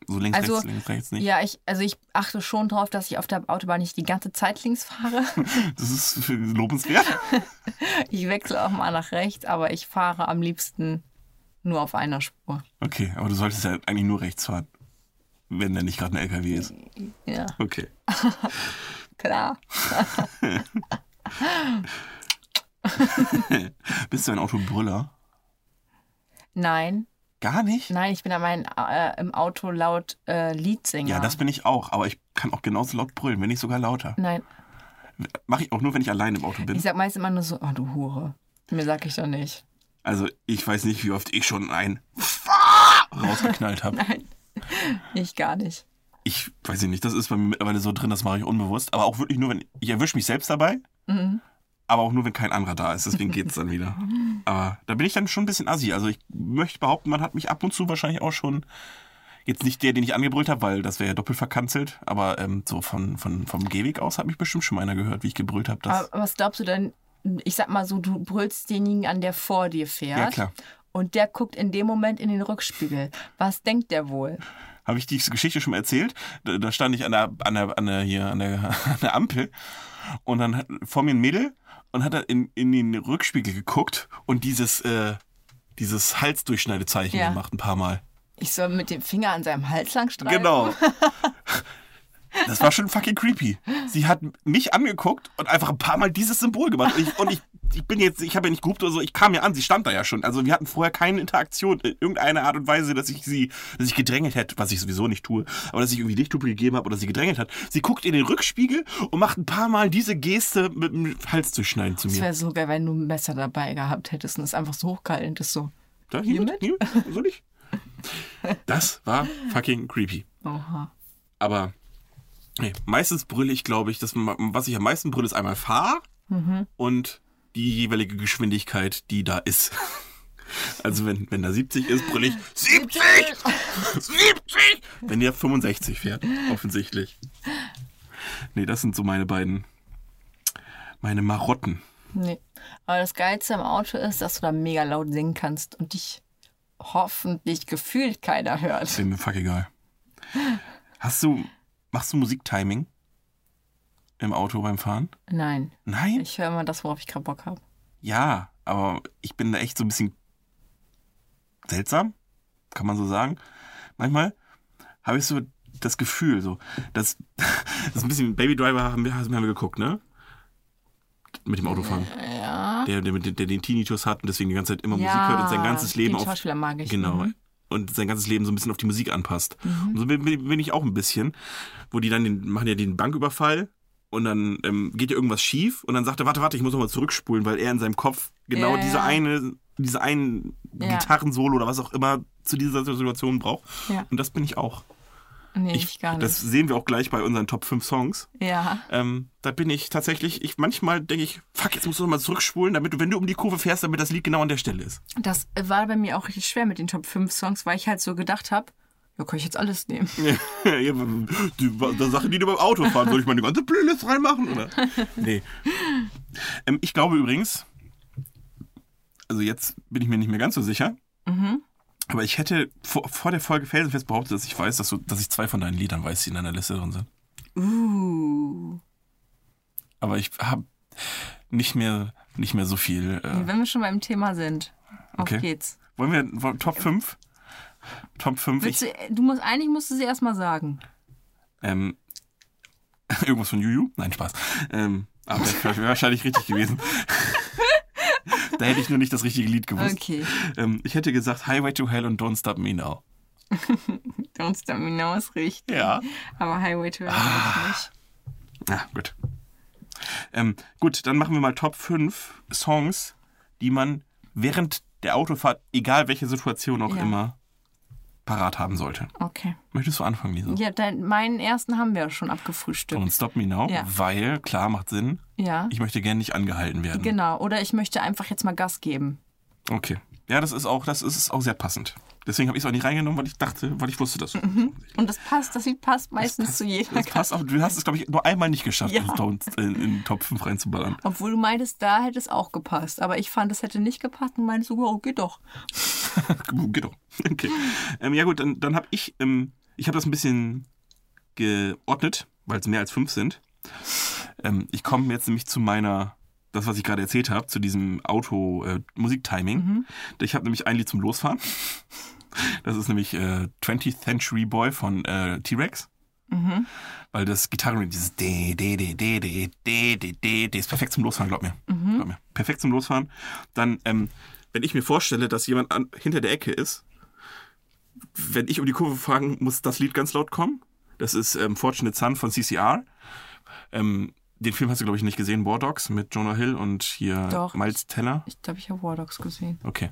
Speaker 1: So links,
Speaker 2: Also,
Speaker 1: rechts, links, rechts nicht.
Speaker 2: Ja, ich, also ich achte schon drauf, dass ich auf der Autobahn nicht die ganze Zeit links fahre.
Speaker 1: Das ist lobenswert.
Speaker 2: Ich wechsle auch mal nach rechts, aber ich fahre am liebsten nur auf einer Spur.
Speaker 1: Okay, aber du solltest ja eigentlich nur rechts fahren. Wenn da nicht gerade ein LKW ist.
Speaker 2: Ja,
Speaker 1: Okay.
Speaker 2: klar.
Speaker 1: Bist du ein Autobrüller?
Speaker 2: Nein,
Speaker 1: Gar nicht?
Speaker 2: nein, ich bin an meinen, äh, im Auto laut äh, Liedsänger.
Speaker 1: Ja, das bin ich auch, aber ich kann auch genauso laut brüllen, wenn nicht sogar lauter.
Speaker 2: Nein,
Speaker 1: Mache ich auch nur, wenn ich allein im Auto
Speaker 2: ich
Speaker 1: bin.
Speaker 2: sag meist immer nur so, oh du Hure. Mir sag ich doch nicht.
Speaker 1: Also ich weiß nicht, wie oft ich schon ein rausgeknallt habe.
Speaker 2: Nein, ich gar nicht.
Speaker 1: Ich weiß nicht, das ist bei mir mittlerweile so drin, das mache ich unbewusst. Aber auch wirklich nur, wenn ich erwische mich selbst dabei,
Speaker 2: Mhm.
Speaker 1: aber auch nur, wenn kein anderer da ist. Deswegen geht es dann wieder. Aber da bin ich dann schon ein bisschen assi. Also ich möchte behaupten, man hat mich ab und zu wahrscheinlich auch schon, jetzt nicht der, den ich angebrüllt habe, weil das wäre ja doppelt verkanzelt, aber ähm, so von, von, vom Gehweg aus hat mich bestimmt schon mal einer gehört, wie ich gebrüllt habe.
Speaker 2: Aber
Speaker 1: dass-
Speaker 2: was glaubst du denn? Ich sag mal so, du brüllst denjenigen an, der vor dir fährt.
Speaker 1: Ja, klar.
Speaker 2: Und der guckt in dem Moment in den Rückspiegel. Was denkt der wohl?
Speaker 1: Habe ich die Geschichte schon mal erzählt? Da, da stand ich an der, an der, an der, hier, an der, an der Ampel und dann hat vor mir ein Mädel und hat da in, in den Rückspiegel geguckt und dieses, äh, dieses Halsdurchschneidezeichen
Speaker 2: Ja.
Speaker 1: gemacht ein paar Mal.
Speaker 2: Ich soll mit dem Finger an seinem Hals lang streifen?
Speaker 1: Genau. Das war schon fucking creepy. Sie hat mich angeguckt und einfach ein paar Mal dieses Symbol gemacht. Und ich, und ich, ich bin jetzt, ich habe ja nicht gehupt oder so, ich kam ja an, sie stand da ja schon. Also wir hatten vorher keine Interaktion in irgendeiner Art und Weise, dass ich sie, dass ich gedrängelt hätte, was ich sowieso nicht tue, aber dass ich irgendwie Lichthupe gegeben habe oder sie gedrängelt hat. Sie guckt in den Rückspiegel und macht ein paar Mal diese Geste mit dem Hals durchschneiden zu
Speaker 2: Es
Speaker 1: mir.
Speaker 2: wäre so geil, wenn du ein Messer dabei gehabt hättest und es einfach so hochgehalten hättest. So.
Speaker 1: Da, hiermit,
Speaker 2: hiermit?
Speaker 1: hiermit, soll ich? Das war fucking creepy.
Speaker 2: Oha.
Speaker 1: Aber nee, meistens brülle ich, glaube ich, das, was ich am meisten brülle, ist einmal fahr und die jeweilige Geschwindigkeit, die da ist. Also wenn, wenn da 70 ist, brülle ich 70! 70! Wenn der 65 fährt, offensichtlich. Nee, das sind so meine beiden, meine Marotten.
Speaker 2: Nee. Aber das Geilste am Auto ist, dass du da mega laut singen kannst und dich hoffentlich gefühlt keiner hört.
Speaker 1: Ist mir fuck egal. Hast du, machst du Musiktiming im Auto beim Fahren?
Speaker 2: Nein.
Speaker 1: Nein?
Speaker 2: Ich höre immer das, worauf ich gerade Bock habe.
Speaker 1: Ja, aber ich bin da echt so ein bisschen seltsam, kann man so sagen. Manchmal habe ich so das Gefühl, so, dass das ist ein bisschen Baby Driver haben wir, haben wir geguckt, ne? Mit dem Autofahren.
Speaker 2: Ja.
Speaker 1: Der, der, mit- der den Tinnitus hat und deswegen die ganze Zeit immer Musik
Speaker 2: ja,
Speaker 1: hört und sein ganzes Leben
Speaker 2: den
Speaker 1: auf.
Speaker 2: Schauspieler mag ich.
Speaker 1: Genau.
Speaker 2: Mhm.
Speaker 1: Und sein ganzes Leben so ein bisschen auf die Musik anpasst. Und so bin, bin bin ich auch ein bisschen, wo die dann den, machen ja den Banküberfall und dann ähm, geht ja irgendwas schief und dann sagt er, warte, warte, ich muss nochmal zurückspulen, weil er in seinem Kopf genau
Speaker 2: Ja,
Speaker 1: diese
Speaker 2: ja.
Speaker 1: eine, diese einen
Speaker 2: Ja.
Speaker 1: Gitarrensolo oder was auch immer zu dieser Situation braucht.
Speaker 2: Ja.
Speaker 1: Und das bin ich auch.
Speaker 2: Nee, ich,
Speaker 1: Ich-
Speaker 2: gar nicht.
Speaker 1: Das sehen wir auch gleich bei unseren Top 5 Songs.
Speaker 2: ja.
Speaker 1: Ähm, da bin ich tatsächlich, ich manchmal denke ich, fuck, jetzt musst du nochmal zurückspulen, damit du, wenn du um die Kurve fährst, damit das Lied genau an der Stelle ist.
Speaker 2: Das war bei mir auch richtig schwer mit den Top 5 Songs, weil ich halt so gedacht habe, ja, kann ich jetzt alles nehmen.
Speaker 1: Ja, ja, die, die Sache, die du beim Auto fahren, soll ich meine ganze Playlist reinmachen, oder? Nee. Ähm, ich glaube übrigens, also jetzt bin ich mir nicht mehr ganz so sicher, aber ich hätte vor, vor der Folge felsenfest behauptet, dass ich weiß, dass, du, dass ich zwei von deinen Liedern weiß, die in deiner Liste drin sind.
Speaker 2: Uh.
Speaker 1: Aber ich habe nicht mehr, nicht mehr so viel. Äh,
Speaker 2: Wenn wir schon beim Thema sind, auf
Speaker 1: Okay.
Speaker 2: geht's.
Speaker 1: wollen wir wollen, Top 5? Top 5.
Speaker 2: Willst
Speaker 1: Ich,
Speaker 2: du, äh, du musst, eigentlich musst du sie erstmal sagen.
Speaker 1: ähm, irgendwas von Juju? Nein, Spaß. Ähm, aber das wäre wahrscheinlich richtig gewesen. da hätte ich nur nicht das richtige Lied gewusst.
Speaker 2: Okay.
Speaker 1: Ähm, ich hätte gesagt Highway to Hell und Don't Stop Me Now.
Speaker 2: Don't Stop Me Now ist richtig.
Speaker 1: Ja.
Speaker 2: Aber Highway to Hell ah. nicht.
Speaker 1: Ja, gut. Ähm, gut, dann machen wir mal Top 5 Songs, die man während der Autofahrt, egal welche Situation auch
Speaker 2: Ja.
Speaker 1: immer, parat haben sollte.
Speaker 2: Okay.
Speaker 1: Möchtest du anfangen, Lisa?
Speaker 2: Ja, dein, meinen ersten haben wir schon abgefrühstückt.
Speaker 1: Und Stop Me Now,
Speaker 2: Ja.
Speaker 1: weil, klar, macht Sinn,
Speaker 2: Ja.
Speaker 1: ich möchte gerne nicht angehalten werden.
Speaker 2: Genau. Oder ich möchte einfach jetzt mal Gas geben.
Speaker 1: Okay. Ja, das ist auch, das ist auch sehr passend. Deswegen habe ich es auch nicht reingenommen, weil ich dachte, weil ich wusste das.
Speaker 2: Und das passt, das Lied passt meistens zu jeder
Speaker 1: Das passt auch. Du hast es, glaube ich, nur einmal nicht geschafft,
Speaker 2: Ja.
Speaker 1: es da uns in, in den Top 5 reinzuballern.
Speaker 2: Obwohl du meintest, da hätte es auch gepasst. Aber ich fand, das hätte nicht gepasst und meinte sogar, oh, geht doch.
Speaker 1: Geht doch. Genau. Okay. Ähm, ja, gut, dann, dann habe ich, ähm, ich habe das ein bisschen geordnet, weil es mehr als fünf sind. Ähm, ich komme jetzt nämlich zu meiner, das, was ich gerade erzählt habe, zu diesem Auto-Musik-Timing. Ich habe nämlich ein Lied zum Losfahren. Das ist nämlich äh, 20th Century Boy von äh, T-Rex. Weil das Gitarren, dieses D, D, D, D, D, D, D, D, D ist perfekt zum Losfahren, glaub mir. Glaub mir. Perfekt zum Losfahren. Dann, ähm, wenn ich mir vorstelle, dass jemand an, hinter der Ecke ist, wenn ich um die Kurve fange, muss das Lied ganz laut kommen. Das ist ähm, Fortunate Son von CCR. Ähm, den Film hast du, glaube ich, nicht gesehen, War Dogs mit Jonah Hill und hier
Speaker 2: Doch.
Speaker 1: Miles Teller.
Speaker 2: Ich glaube, ich habe War Dogs gesehen.
Speaker 1: Okay.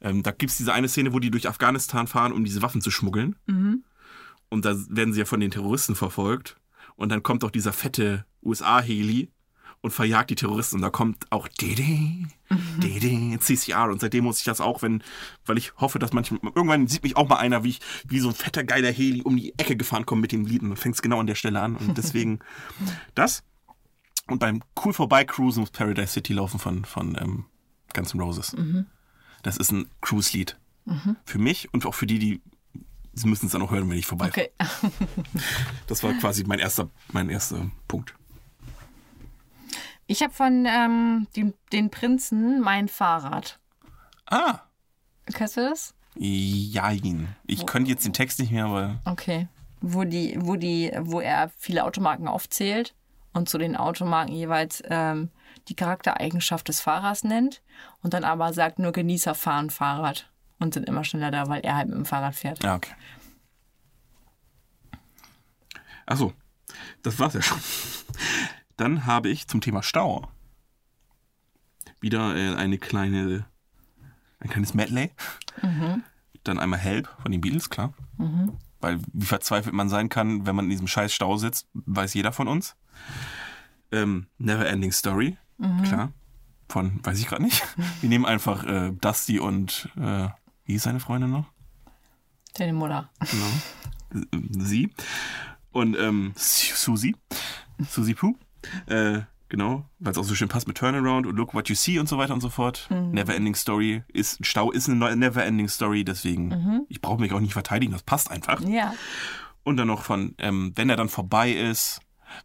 Speaker 1: Ähm, da gibt es diese eine Szene, wo die durch Afghanistan fahren, um diese Waffen zu schmuggeln.
Speaker 2: Mhm.
Speaker 1: Und da werden sie ja von den Terroristen verfolgt. Und dann kommt auch dieser fette USA-Heli und verjagt die Terroristen. Und da kommt auch DD, DD, CCR. Und seitdem muss ich das auch, wenn, weil ich hoffe, dass manchmal, irgendwann sieht mich auch mal einer, wie ich, wie so ein fetter, geiler Heli um die Ecke gefahren komme mit dem Lied. Und dann fängt es genau an der Stelle an. Und deswegen das. Und beim Cool vorbei Cruisen muss Paradise City laufen von, von ähm, Guns N' Roses. Das ist ein Cruise-Lied. Für mich und auch für die, die sie müssen es dann auch hören, wenn ich vorbei.
Speaker 2: Okay.
Speaker 1: Das war quasi mein erster, mein erster Punkt.
Speaker 2: Ich habe von ähm, den, den Prinzen mein Fahrrad.
Speaker 1: Ah,
Speaker 2: Kennst du das?
Speaker 1: jein. Ich könnte jetzt den Text nicht mehr, weil
Speaker 2: Okay. Wo, die, wo, die, wo er viele Automarken aufzählt und zu den Automarken jeweils ähm, die Charaktereigenschaft des Fahrers nennt und dann aber sagt, nur Genießer fahren Fahrrad und sind immer schneller da, weil er halt mit dem Fahrrad fährt.
Speaker 1: Ja, okay. Achso, das war's ja schon. Dann habe ich zum Thema Stau wieder äh, eine kleine, ein kleines Medley. Dann einmal Help von den Beatles, klar. Weil wie verzweifelt man sein kann, wenn man in diesem scheiß Stau sitzt, weiß jeder von uns. Ähm, Never Ending Story, klar. Von, weiß ich gerade nicht. Wir nehmen einfach äh, Dusty und, äh, wie hieß seine Freundin noch?
Speaker 2: Deine Mutter.
Speaker 1: sie und ähm, Su- Susi, Susi Poo, äh, genau, weil es auch so schön passt mit Turnaround und Look What You See und so weiter und so fort. Neverending Story ist Stau ist eine neue Neverending Story, deswegen ich brauche mich auch nicht verteidigen, das passt einfach.
Speaker 2: Ja.
Speaker 1: Und dann noch von, ähm, wenn er dann vorbei ist,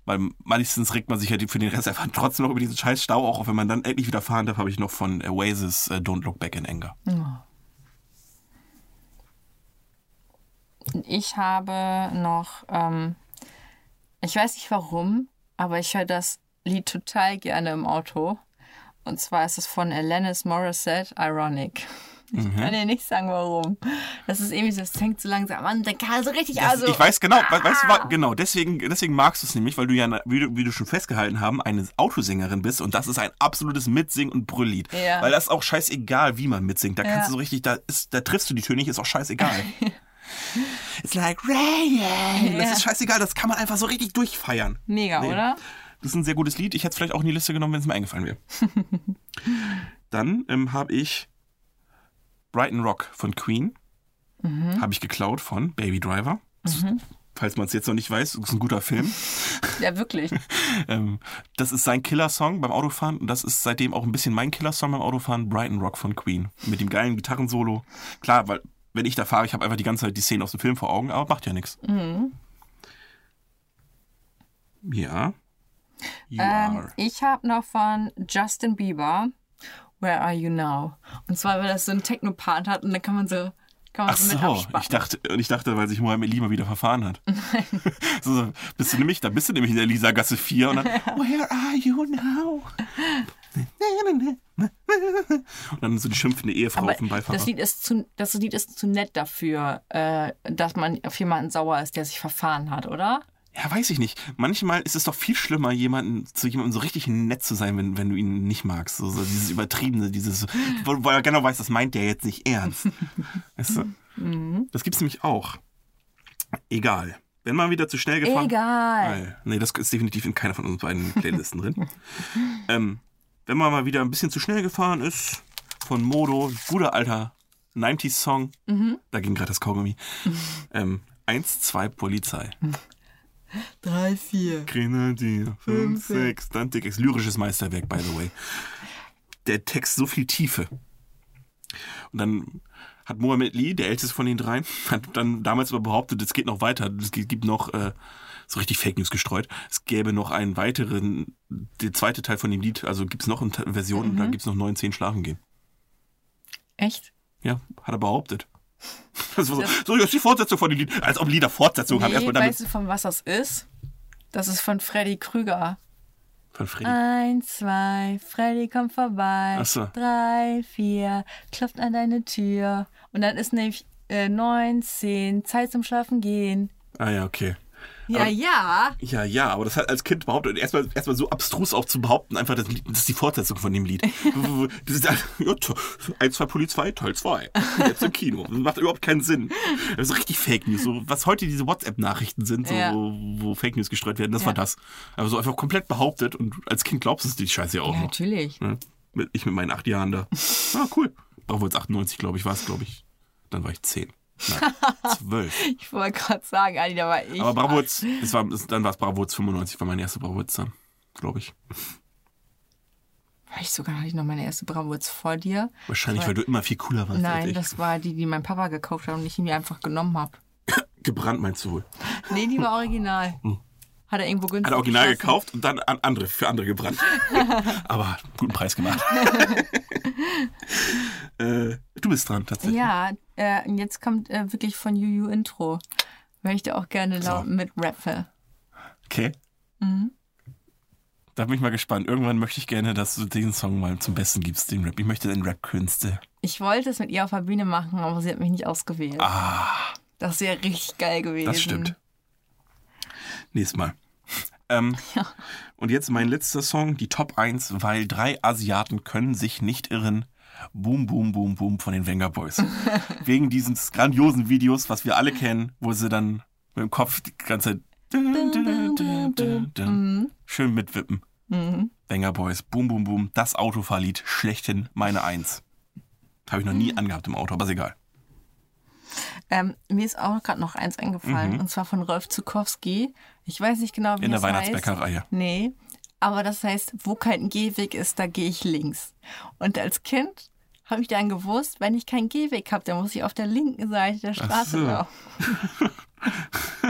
Speaker 1: weil meistens regt man sich ja die- für den Rest einfach trotzdem noch über diesen scheiß Stau auch, auf, wenn man dann endlich wieder fahren darf, habe ich noch von Oasis äh, Don't Look Back in Anger.
Speaker 2: Ich habe noch, ähm, ich weiß nicht warum, aber ich höre das Lied total gerne im Auto. Und zwar ist es von Alanis Morissette, Ironic. Ich
Speaker 1: Mhm.
Speaker 2: kann dir nicht sagen, warum. Das ist irgendwie so, es fängt so langsam an, dann kann er so richtig,
Speaker 1: Das-
Speaker 2: also. ah.
Speaker 1: ich weiß genau, we- weißt du, wa- genau, deswegen, deswegen magst du es nämlich, weil du ja, na- wie du, wie du schon festgehalten haben, eine Autosängerin bist und das ist ein absolutes Mitsingen- und Brülllied.
Speaker 2: Ja.
Speaker 1: Weil das ist auch scheißegal, wie man mitsingt. Da
Speaker 2: Ja.
Speaker 1: kannst du so richtig, da, ist, da triffst du die Töne nicht, ist auch scheißegal. It's like Ryan. Das
Speaker 2: Ja.
Speaker 1: ist scheißegal, das kann man einfach so richtig durchfeiern.
Speaker 2: Mega,
Speaker 1: Nee.
Speaker 2: oder?
Speaker 1: Das ist ein sehr gutes Lied. Ich hätte es vielleicht auch in die Liste genommen, wenn es mir eingefallen wäre. Dann ähm, habe ich Brighton Rock von Queen. Habe ich geklaut von Baby Driver. Falls man es jetzt noch nicht weiß, ist ein guter Film.
Speaker 2: Ja, wirklich.
Speaker 1: ähm, das ist sein Killer-Song beim Autofahren und das ist seitdem auch ein bisschen mein Killer-Song beim Autofahren, Brighton Rock von Queen. Mit dem geilen Gitarrensolo. Klar, weil wenn ich da fahre, ich habe einfach die ganze Zeit die Szenen aus dem Film vor Augen, aber macht ja nichts. Ja. You
Speaker 2: Ähm,
Speaker 1: are.
Speaker 2: ich habe noch von Justin Bieber Where Are You Now? Und zwar, weil das so einen Techno-Part hat und dann kann man so, kann man
Speaker 1: Ach
Speaker 2: so mit
Speaker 1: so,
Speaker 2: abspannen.
Speaker 1: ich dachte, und ich dachte, weil sich Mohammed Lee mal wieder verfahren hat. so, so, bist du nämlich, da bist du nämlich in der Lisa-Gasse 4 und dann, where are you now? Und dann so die schimpfende Ehefrau
Speaker 2: Aber
Speaker 1: auf dem Beifahrer.
Speaker 2: das Lied, ist zu, das Lied ist zu nett dafür, äh, dass man auf jemanden sauer ist, der sich verfahren hat, oder?
Speaker 1: Ja, weiß ich nicht. Manchmal ist es doch viel schlimmer, jemanden zu jemandem so richtig nett zu sein, wenn, wenn du ihn nicht magst. So, so dieses Übertriebene, dieses, wo, wo er genau weiß, das meint der jetzt nicht ernst. Weißt du?
Speaker 2: Mhm.
Speaker 1: Das gibt's nämlich auch. Egal. Wenn man wieder zu schnell gefahren.
Speaker 2: Egal.
Speaker 1: Egal. Nee, das ist definitiv in keiner von uns beiden Playlisten drin. Ähm, wenn man mal wieder ein bisschen zu schnell gefahren ist, von Modo, guter alter 90s-Song. Da ging gerade das Kaugummi. Ähm, 1, 2, Polizei.
Speaker 2: Drei, vier.
Speaker 1: Grenadier, 5, 6, Dantik ist lyrisches Meisterwerk, by the way. Der Text so viel Tiefe. Und dann hat Mohammed Lee, der älteste von den dreien, hat dann damals aber behauptet, es geht noch weiter. Es gibt gibt noch, äh, so richtig Fake News gestreut, es gäbe noch einen weiteren, der zweite Teil von dem Lied, also gibt es noch eine Ta- Version und da
Speaker 2: Mhm.
Speaker 1: gibt es noch neun, zehn Schlafen gehen.
Speaker 2: Echt?
Speaker 1: Ja, hat er behauptet. Das war so, so, das ist die Fortsetzung von dem Lied. Als ob Lieder Fortsetzung haben.
Speaker 2: Nee,
Speaker 1: Erstmal damit.
Speaker 2: weißt du, von was das ist? Das ist von Freddy Krüger.
Speaker 1: Von Freddy.
Speaker 2: äh, Eins, zwei, Freddy kommt vorbei.
Speaker 1: Ach so.
Speaker 2: Drei, vier, klopft an deine Tür. Und dann ist nämlich äh, neun, zehn, Zeit zum Schlafen gehen.
Speaker 1: Ah ja, okay.
Speaker 2: Ja, ja.
Speaker 1: Ja, ja, aber das hat als Kind behauptet, erstmal erstmal so abstrus auch zu behaupten, einfach, das, Lied- das ist die Fortsetzung von dem Lied. Das ist, ja, t- eins, zwei, Polizei, Teil 2. Jetzt im Kino. Das macht überhaupt keinen Sinn. Das ist richtig Fake News. So, was heute diese WhatsApp-Nachrichten sind, so,
Speaker 2: Ja.
Speaker 1: wo, wo Fake News gestreut werden, das
Speaker 2: Ja.
Speaker 1: war das. Aber so einfach komplett behauptet und als Kind glaubst du es die Scheiße ja auch noch.
Speaker 2: natürlich.
Speaker 1: Ne? Mit- Ich mit meinen acht Jahren da. Ah, cool. Obwohl es 98, glaube ich, war es, glaube ich. Dann war ich zehn. Nein, zwölf.
Speaker 2: Ich wollte gerade sagen, Adi, da war ich.
Speaker 1: Aber Bravurz, es war, es, dann war es Bravurz 95, war meine erste Bravurz dann, glaube ich.
Speaker 2: War ich sogar nicht noch meine erste Bravurz vor dir?
Speaker 1: Wahrscheinlich, weil du immer viel cooler warst als
Speaker 2: Nein,
Speaker 1: ich.
Speaker 2: das war die, die mein Papa gekauft hat und ich ihn mir einfach genommen habe.
Speaker 1: Gebrannt meinst du wohl.
Speaker 2: Nee, die war original. Hat er irgendwo günstig
Speaker 1: Hm. Hat er original
Speaker 2: geschossen.
Speaker 1: gekauft und dann an andere, für andere gebrannt. Aber hat guten Preis gemacht. äh, du bist dran, tatsächlich.
Speaker 2: Ja, äh, und jetzt kommt äh, wirklich von Juju Intro. Möchte auch gerne laut mit Rappe.
Speaker 1: Okay.
Speaker 2: Mhm.
Speaker 1: Da bin ich mal gespannt. Irgendwann möchte ich gerne, dass du den Song mal zum Besten gibst, den Rap. Ich möchte den Rap-Künste.
Speaker 2: Ich wollte es mit ihr auf der Bühne machen, aber sie hat mich nicht ausgewählt. Das wäre richtig geil gewesen.
Speaker 1: Ah. Das stimmt. Nächstes Mal. Ähm, Und jetzt mein letzter Song, die Top 1, weil drei Asiaten können sich nicht irren. Boom, boom, boom, boom von den Wenger Boys. Wegen dieses grandiosen Videos, was wir alle kennen, wo sie dann mit dem Kopf die ganze Zeit
Speaker 2: Mhm.
Speaker 1: schön mitwippen. Wenger Boys, boom, boom, boom, das Autofahrlied, schlechthin meine Eins. Habe ich noch
Speaker 2: Mhm.
Speaker 1: nie angehabt im Auto, aber ist egal.
Speaker 2: Ähm, mir ist auch gerade noch eins eingefallen, und zwar von Rolf Zukowski. Ich weiß nicht genau, wie
Speaker 1: Mhm. In der
Speaker 2: das
Speaker 1: Weihnachtsbäckerei.
Speaker 2: Heißt. Nee, aber das heißt, wo kein Gehweg ist, da gehe ich links. Und als Kind habe ich dann gewusst, wenn ich keinen Gehweg habe, dann muss ich auf der linken Seite der Straße
Speaker 1: so.
Speaker 2: laufen.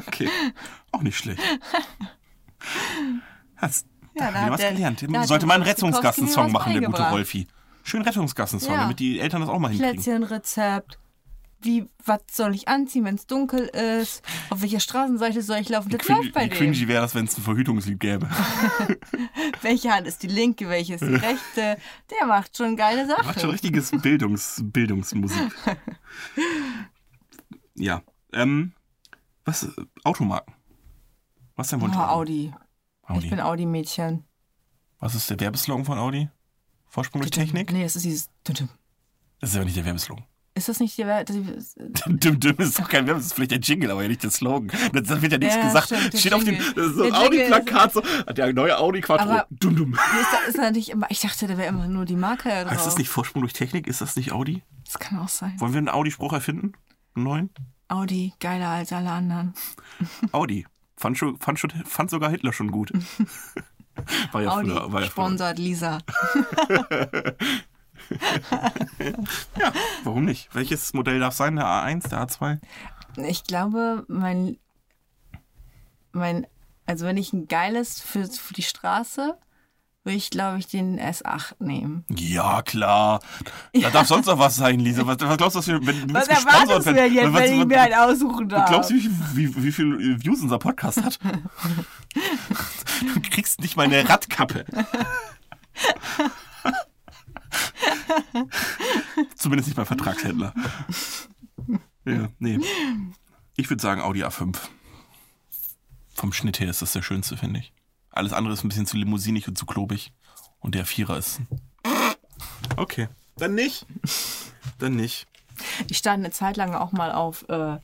Speaker 1: Okay. Auch nicht schlecht. Hast
Speaker 2: Ja,
Speaker 1: ja,
Speaker 2: da
Speaker 1: da
Speaker 2: hat
Speaker 1: wieder was
Speaker 2: der-
Speaker 1: gelernt.
Speaker 2: da hat
Speaker 1: Sollte
Speaker 2: der
Speaker 1: mal einen
Speaker 2: Rolf Zukowski
Speaker 1: Rettungsgassen-Song
Speaker 2: mir was
Speaker 1: machen, der gute
Speaker 2: beigebracht.
Speaker 1: Rolfi. Schön Rettungsgassen-Song,
Speaker 2: Ja.
Speaker 1: damit die Eltern das auch mal hinkriegen.
Speaker 2: Plätzchenrezept. Wie, was soll ich anziehen, wenn es dunkel ist? Auf welcher Straßenseite soll ich laufen? Das
Speaker 1: Cringy,
Speaker 2: läuft bei
Speaker 1: wie
Speaker 2: dem.
Speaker 1: cringy wäre das, wenn es ein Verhütungslied gäbe.
Speaker 2: Welche Hand ist die linke, welche ist die rechte? Der macht schon geile
Speaker 1: Macht schon
Speaker 2: Sachen.
Speaker 1: richtiges Bildungs Bildungsmusik. ja. Ähm, was? äh, Automarken. Was ist dein Wunsch?
Speaker 2: Oh, Audi. Ich
Speaker 1: Audi.
Speaker 2: bin Audi-Mädchen.
Speaker 1: Was ist der Werbeslogan von Audi? Vorsprung durch Technik?
Speaker 2: Nee, das ist dieses. Dum, dum.
Speaker 1: Das ist aber nicht der Werbeslogan.
Speaker 2: Ist das nicht die Wer- das-
Speaker 1: Dim Dim ist doch kein Werbung, das ist vielleicht der Jingle, aber nicht der Slogan. Das, das wird ja nichts
Speaker 2: Ja,
Speaker 1: gesagt.
Speaker 2: stimmt, der
Speaker 1: Steht auf dem
Speaker 2: Jingle.
Speaker 1: das ist so ein
Speaker 2: Der Jingle
Speaker 1: Audi-Plakat, so, ah, der neue Audi Quattro.
Speaker 2: Aber- Genau.
Speaker 1: Dum Dum.
Speaker 2: Hier ist, da ist natürlich immer. Ich dachte, da wäre immer nur die Marke drauf.
Speaker 1: Heißt das Ah, nicht Vorsprung durch Technik? Ist das nicht Audi?
Speaker 2: Das kann auch sein.
Speaker 1: Wollen wir einen Audi-Spruch erfinden? Einen neuen?
Speaker 2: Audi, geiler als alle anderen.
Speaker 1: Audi. Fand, schon, fand, schon, fand sogar Hitler schon gut. War ja
Speaker 2: Audi
Speaker 1: früher. War ja, früher.
Speaker 2: sponsert Lisa.
Speaker 1: ja, warum nicht? Welches Modell darf sein? Der A1, der A2?
Speaker 2: Ich glaube, mein, mein, also wenn ich ein geiles für, für die Straße, würde ich, glaube ich, den S8 nehmen.
Speaker 1: Ja, klar. Da darf sonst noch was sein, Lisa. Was, was glaubst du, was wir, wenn du
Speaker 2: Was
Speaker 1: bist gesponsert
Speaker 2: erwartest du denn jetzt,
Speaker 1: was-
Speaker 2: wenn ich
Speaker 1: was-
Speaker 2: mir einen aussuchen
Speaker 1: Du
Speaker 2: darf?
Speaker 1: glaubst, wie, viel- wie, wie viel äh, Views unser Podcast hat? Du kriegst nicht mal eine Radkappe. Zumindest nicht bei Vertragshändler. Ja, nee. Ich würde sagen Audi A5. Vom Schnitt her ist das der schönste, finde ich. Alles andere ist ein bisschen zu limousinig und zu klobig. Und der Vierer ist. Okay. Dann nicht. Dann nicht.
Speaker 2: Ich stand eine Zeit lang auch mal auf äh,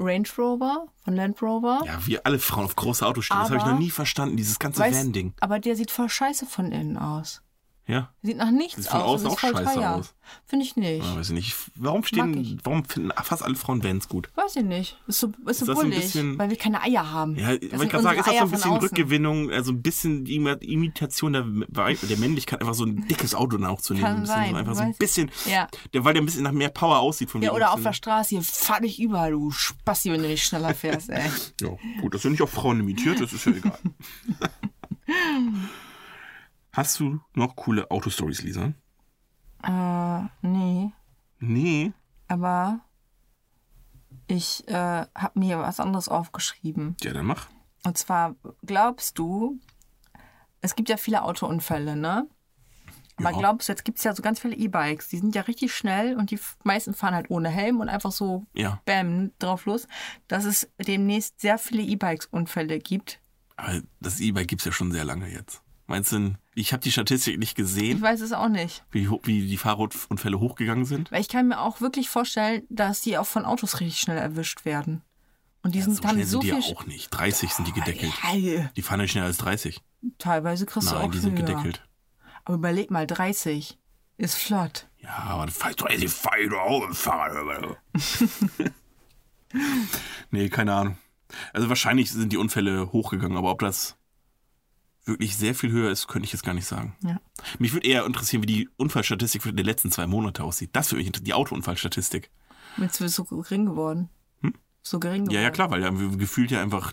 Speaker 2: Range Rover von Land Rover.
Speaker 1: Ja, wie alle Frauen auf große Autos stehen. Das habe
Speaker 2: Aber-
Speaker 1: ich noch nie verstanden, dieses ganze
Speaker 2: Weiß-
Speaker 1: Van-Ding.
Speaker 2: Aber der sieht voll scheiße von innen aus.
Speaker 1: Ja.
Speaker 2: Sieht nach nichts
Speaker 1: Sieht von
Speaker 2: aus.
Speaker 1: außen
Speaker 2: das
Speaker 1: auch
Speaker 2: ist voll
Speaker 1: scheiße
Speaker 2: teuer.
Speaker 1: aus.
Speaker 2: Finde ich nicht.
Speaker 1: Ja, Ah, weiß ich nicht. Warum
Speaker 2: Mag
Speaker 1: stehen,
Speaker 2: ich.
Speaker 1: warum finden fast alle Frauen Vans gut?
Speaker 2: Weiß ich nicht. Ist so, ist
Speaker 1: das
Speaker 2: so
Speaker 1: so ein
Speaker 2: bullig,
Speaker 1: bisschen-
Speaker 2: weil wir keine Eier haben.
Speaker 1: Ja,
Speaker 2: Das
Speaker 1: wollte ich
Speaker 2: sind
Speaker 1: gerade sagen,
Speaker 2: unsere
Speaker 1: ist das so
Speaker 2: Eier
Speaker 1: ein
Speaker 2: von
Speaker 1: bisschen
Speaker 2: außen.
Speaker 1: Rückgewinnung, also ein bisschen Imi- Imitation der, Weib- der Männlichkeit, einfach so ein dickes Auto dann auch zu nehmen.
Speaker 2: Kann
Speaker 1: ein bisschen,
Speaker 2: sein,
Speaker 1: so einfach so ein
Speaker 2: weiß-
Speaker 1: bisschen,
Speaker 2: Ja.
Speaker 1: der, weil der ein bisschen nach mehr Power aussieht von
Speaker 2: Ja,
Speaker 1: wegen
Speaker 2: oder auf
Speaker 1: ein
Speaker 2: der Straße, hier fahr dich überall, du Spassi, wenn du nicht schneller fährst, ey.
Speaker 1: bisschen- Ja, gut, das sind nicht auf Frauen imitiert, das ist ja egal. Hast du noch coole Autostories, Lisa?
Speaker 2: äh, nee.
Speaker 1: Nee.
Speaker 2: Aber ich äh, habe mir was anderes aufgeschrieben.
Speaker 1: Ja, dann mach.
Speaker 2: Und zwar, glaubst du, es gibt ja viele Autounfälle, ne? Aber
Speaker 1: Ja.
Speaker 2: glaubst du, jetzt gibt es ja so ganz viele E-Bikes, die sind ja richtig schnell und die f- meisten fahren halt ohne Helm und einfach so
Speaker 1: Ja.
Speaker 2: bam, drauf los, dass es demnächst sehr viele E-Bikes-Unfälle gibt.
Speaker 1: Aber das E-Bike gibt es ja schon sehr lange jetzt. Meinst du, ich habe die Statistik nicht
Speaker 2: Ich
Speaker 1: gesehen,
Speaker 2: weiß es auch nicht.
Speaker 1: wie, ho- wie die Fahrradunfälle hochgegangen sind?
Speaker 2: Weil ich kann mir auch wirklich vorstellen, dass die auch von Autos richtig schnell erwischt werden. Und die sind,
Speaker 1: so
Speaker 2: haben
Speaker 1: schnell
Speaker 2: so
Speaker 1: sind die ja
Speaker 2: viel.
Speaker 1: auch nicht. 30 sind die gedeckelt.
Speaker 2: Ey,
Speaker 1: Die fahren ja schneller als 30.
Speaker 2: Teilweise kriegst du auch
Speaker 1: Nein, die sind
Speaker 2: höher.
Speaker 1: gedeckelt.
Speaker 2: Aber überleg mal, 30 ist flott.
Speaker 1: Ja, aber dann fahr ich doch ey, die fahr ich doch auch im Fahrrad. nee, keine Ahnung. Also wahrscheinlich sind die Unfälle hochgegangen, aber ob das wirklich sehr viel höher ist, könnte ich jetzt gar nicht sagen.
Speaker 2: Ja.
Speaker 1: Mich würde eher interessieren, wie die Unfallstatistik für die letzten zwei Monate aussieht. Das würde mich interessieren, die Autounfallstatistik.
Speaker 2: Jetzt wird so gering geworden. So gering geworden.
Speaker 1: Hm? Ja, ja, klar, weil ja gefühlt ja einfach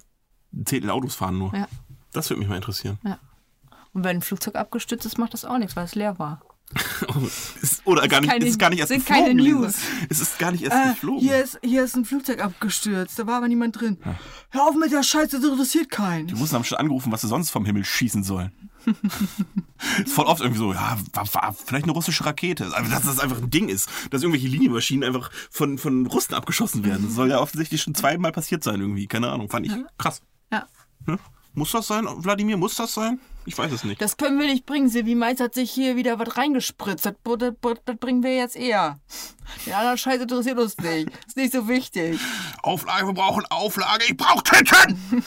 Speaker 1: ein Zehntel Autos fahren nur.
Speaker 2: Ja.
Speaker 1: Das würde mich mal interessieren.
Speaker 2: Und wenn ein Flugzeug abgestürzt ist, macht das auch nichts, weil es leer war.
Speaker 1: Ist- Oder gar nicht,
Speaker 2: keine-
Speaker 1: ist gar nicht erst
Speaker 2: sind
Speaker 1: geflogen.
Speaker 2: keine
Speaker 1: Lisa.
Speaker 2: News.
Speaker 1: Es ist gar nicht erst geflogen.
Speaker 2: ist, hier ist ein Flugzeug abgestürzt, da war aber niemand drin. Hör auf mit der Scheiße, das interessiert
Speaker 1: Die
Speaker 2: keinen.
Speaker 1: Russen haben schon angerufen, was sie sonst vom Himmel schießen sollen. ist voll oft irgendwie so, ja, war, war vielleicht eine russische Rakete. Aber dass das einfach ein Ding ist, dass irgendwelche Linienmaschinen einfach von, von Russen abgeschossen werden. Das soll ja offensichtlich schon zweimal passiert sein irgendwie. Keine Ahnung, fand ich krass.
Speaker 2: Ja.
Speaker 1: Hm? Muss das sein, Wladimir? Muss das sein? Ich weiß es nicht.
Speaker 2: Das können wir nicht bringen, Silvi Meitz hat sich hier wieder was reingespritzt. Das, das, das, das bringen wir jetzt eher. Den anderen Scheiß interessiert uns nicht. Ist nicht so wichtig.
Speaker 1: Auflage, wir brauchen Auflage. Ich brauche Titten!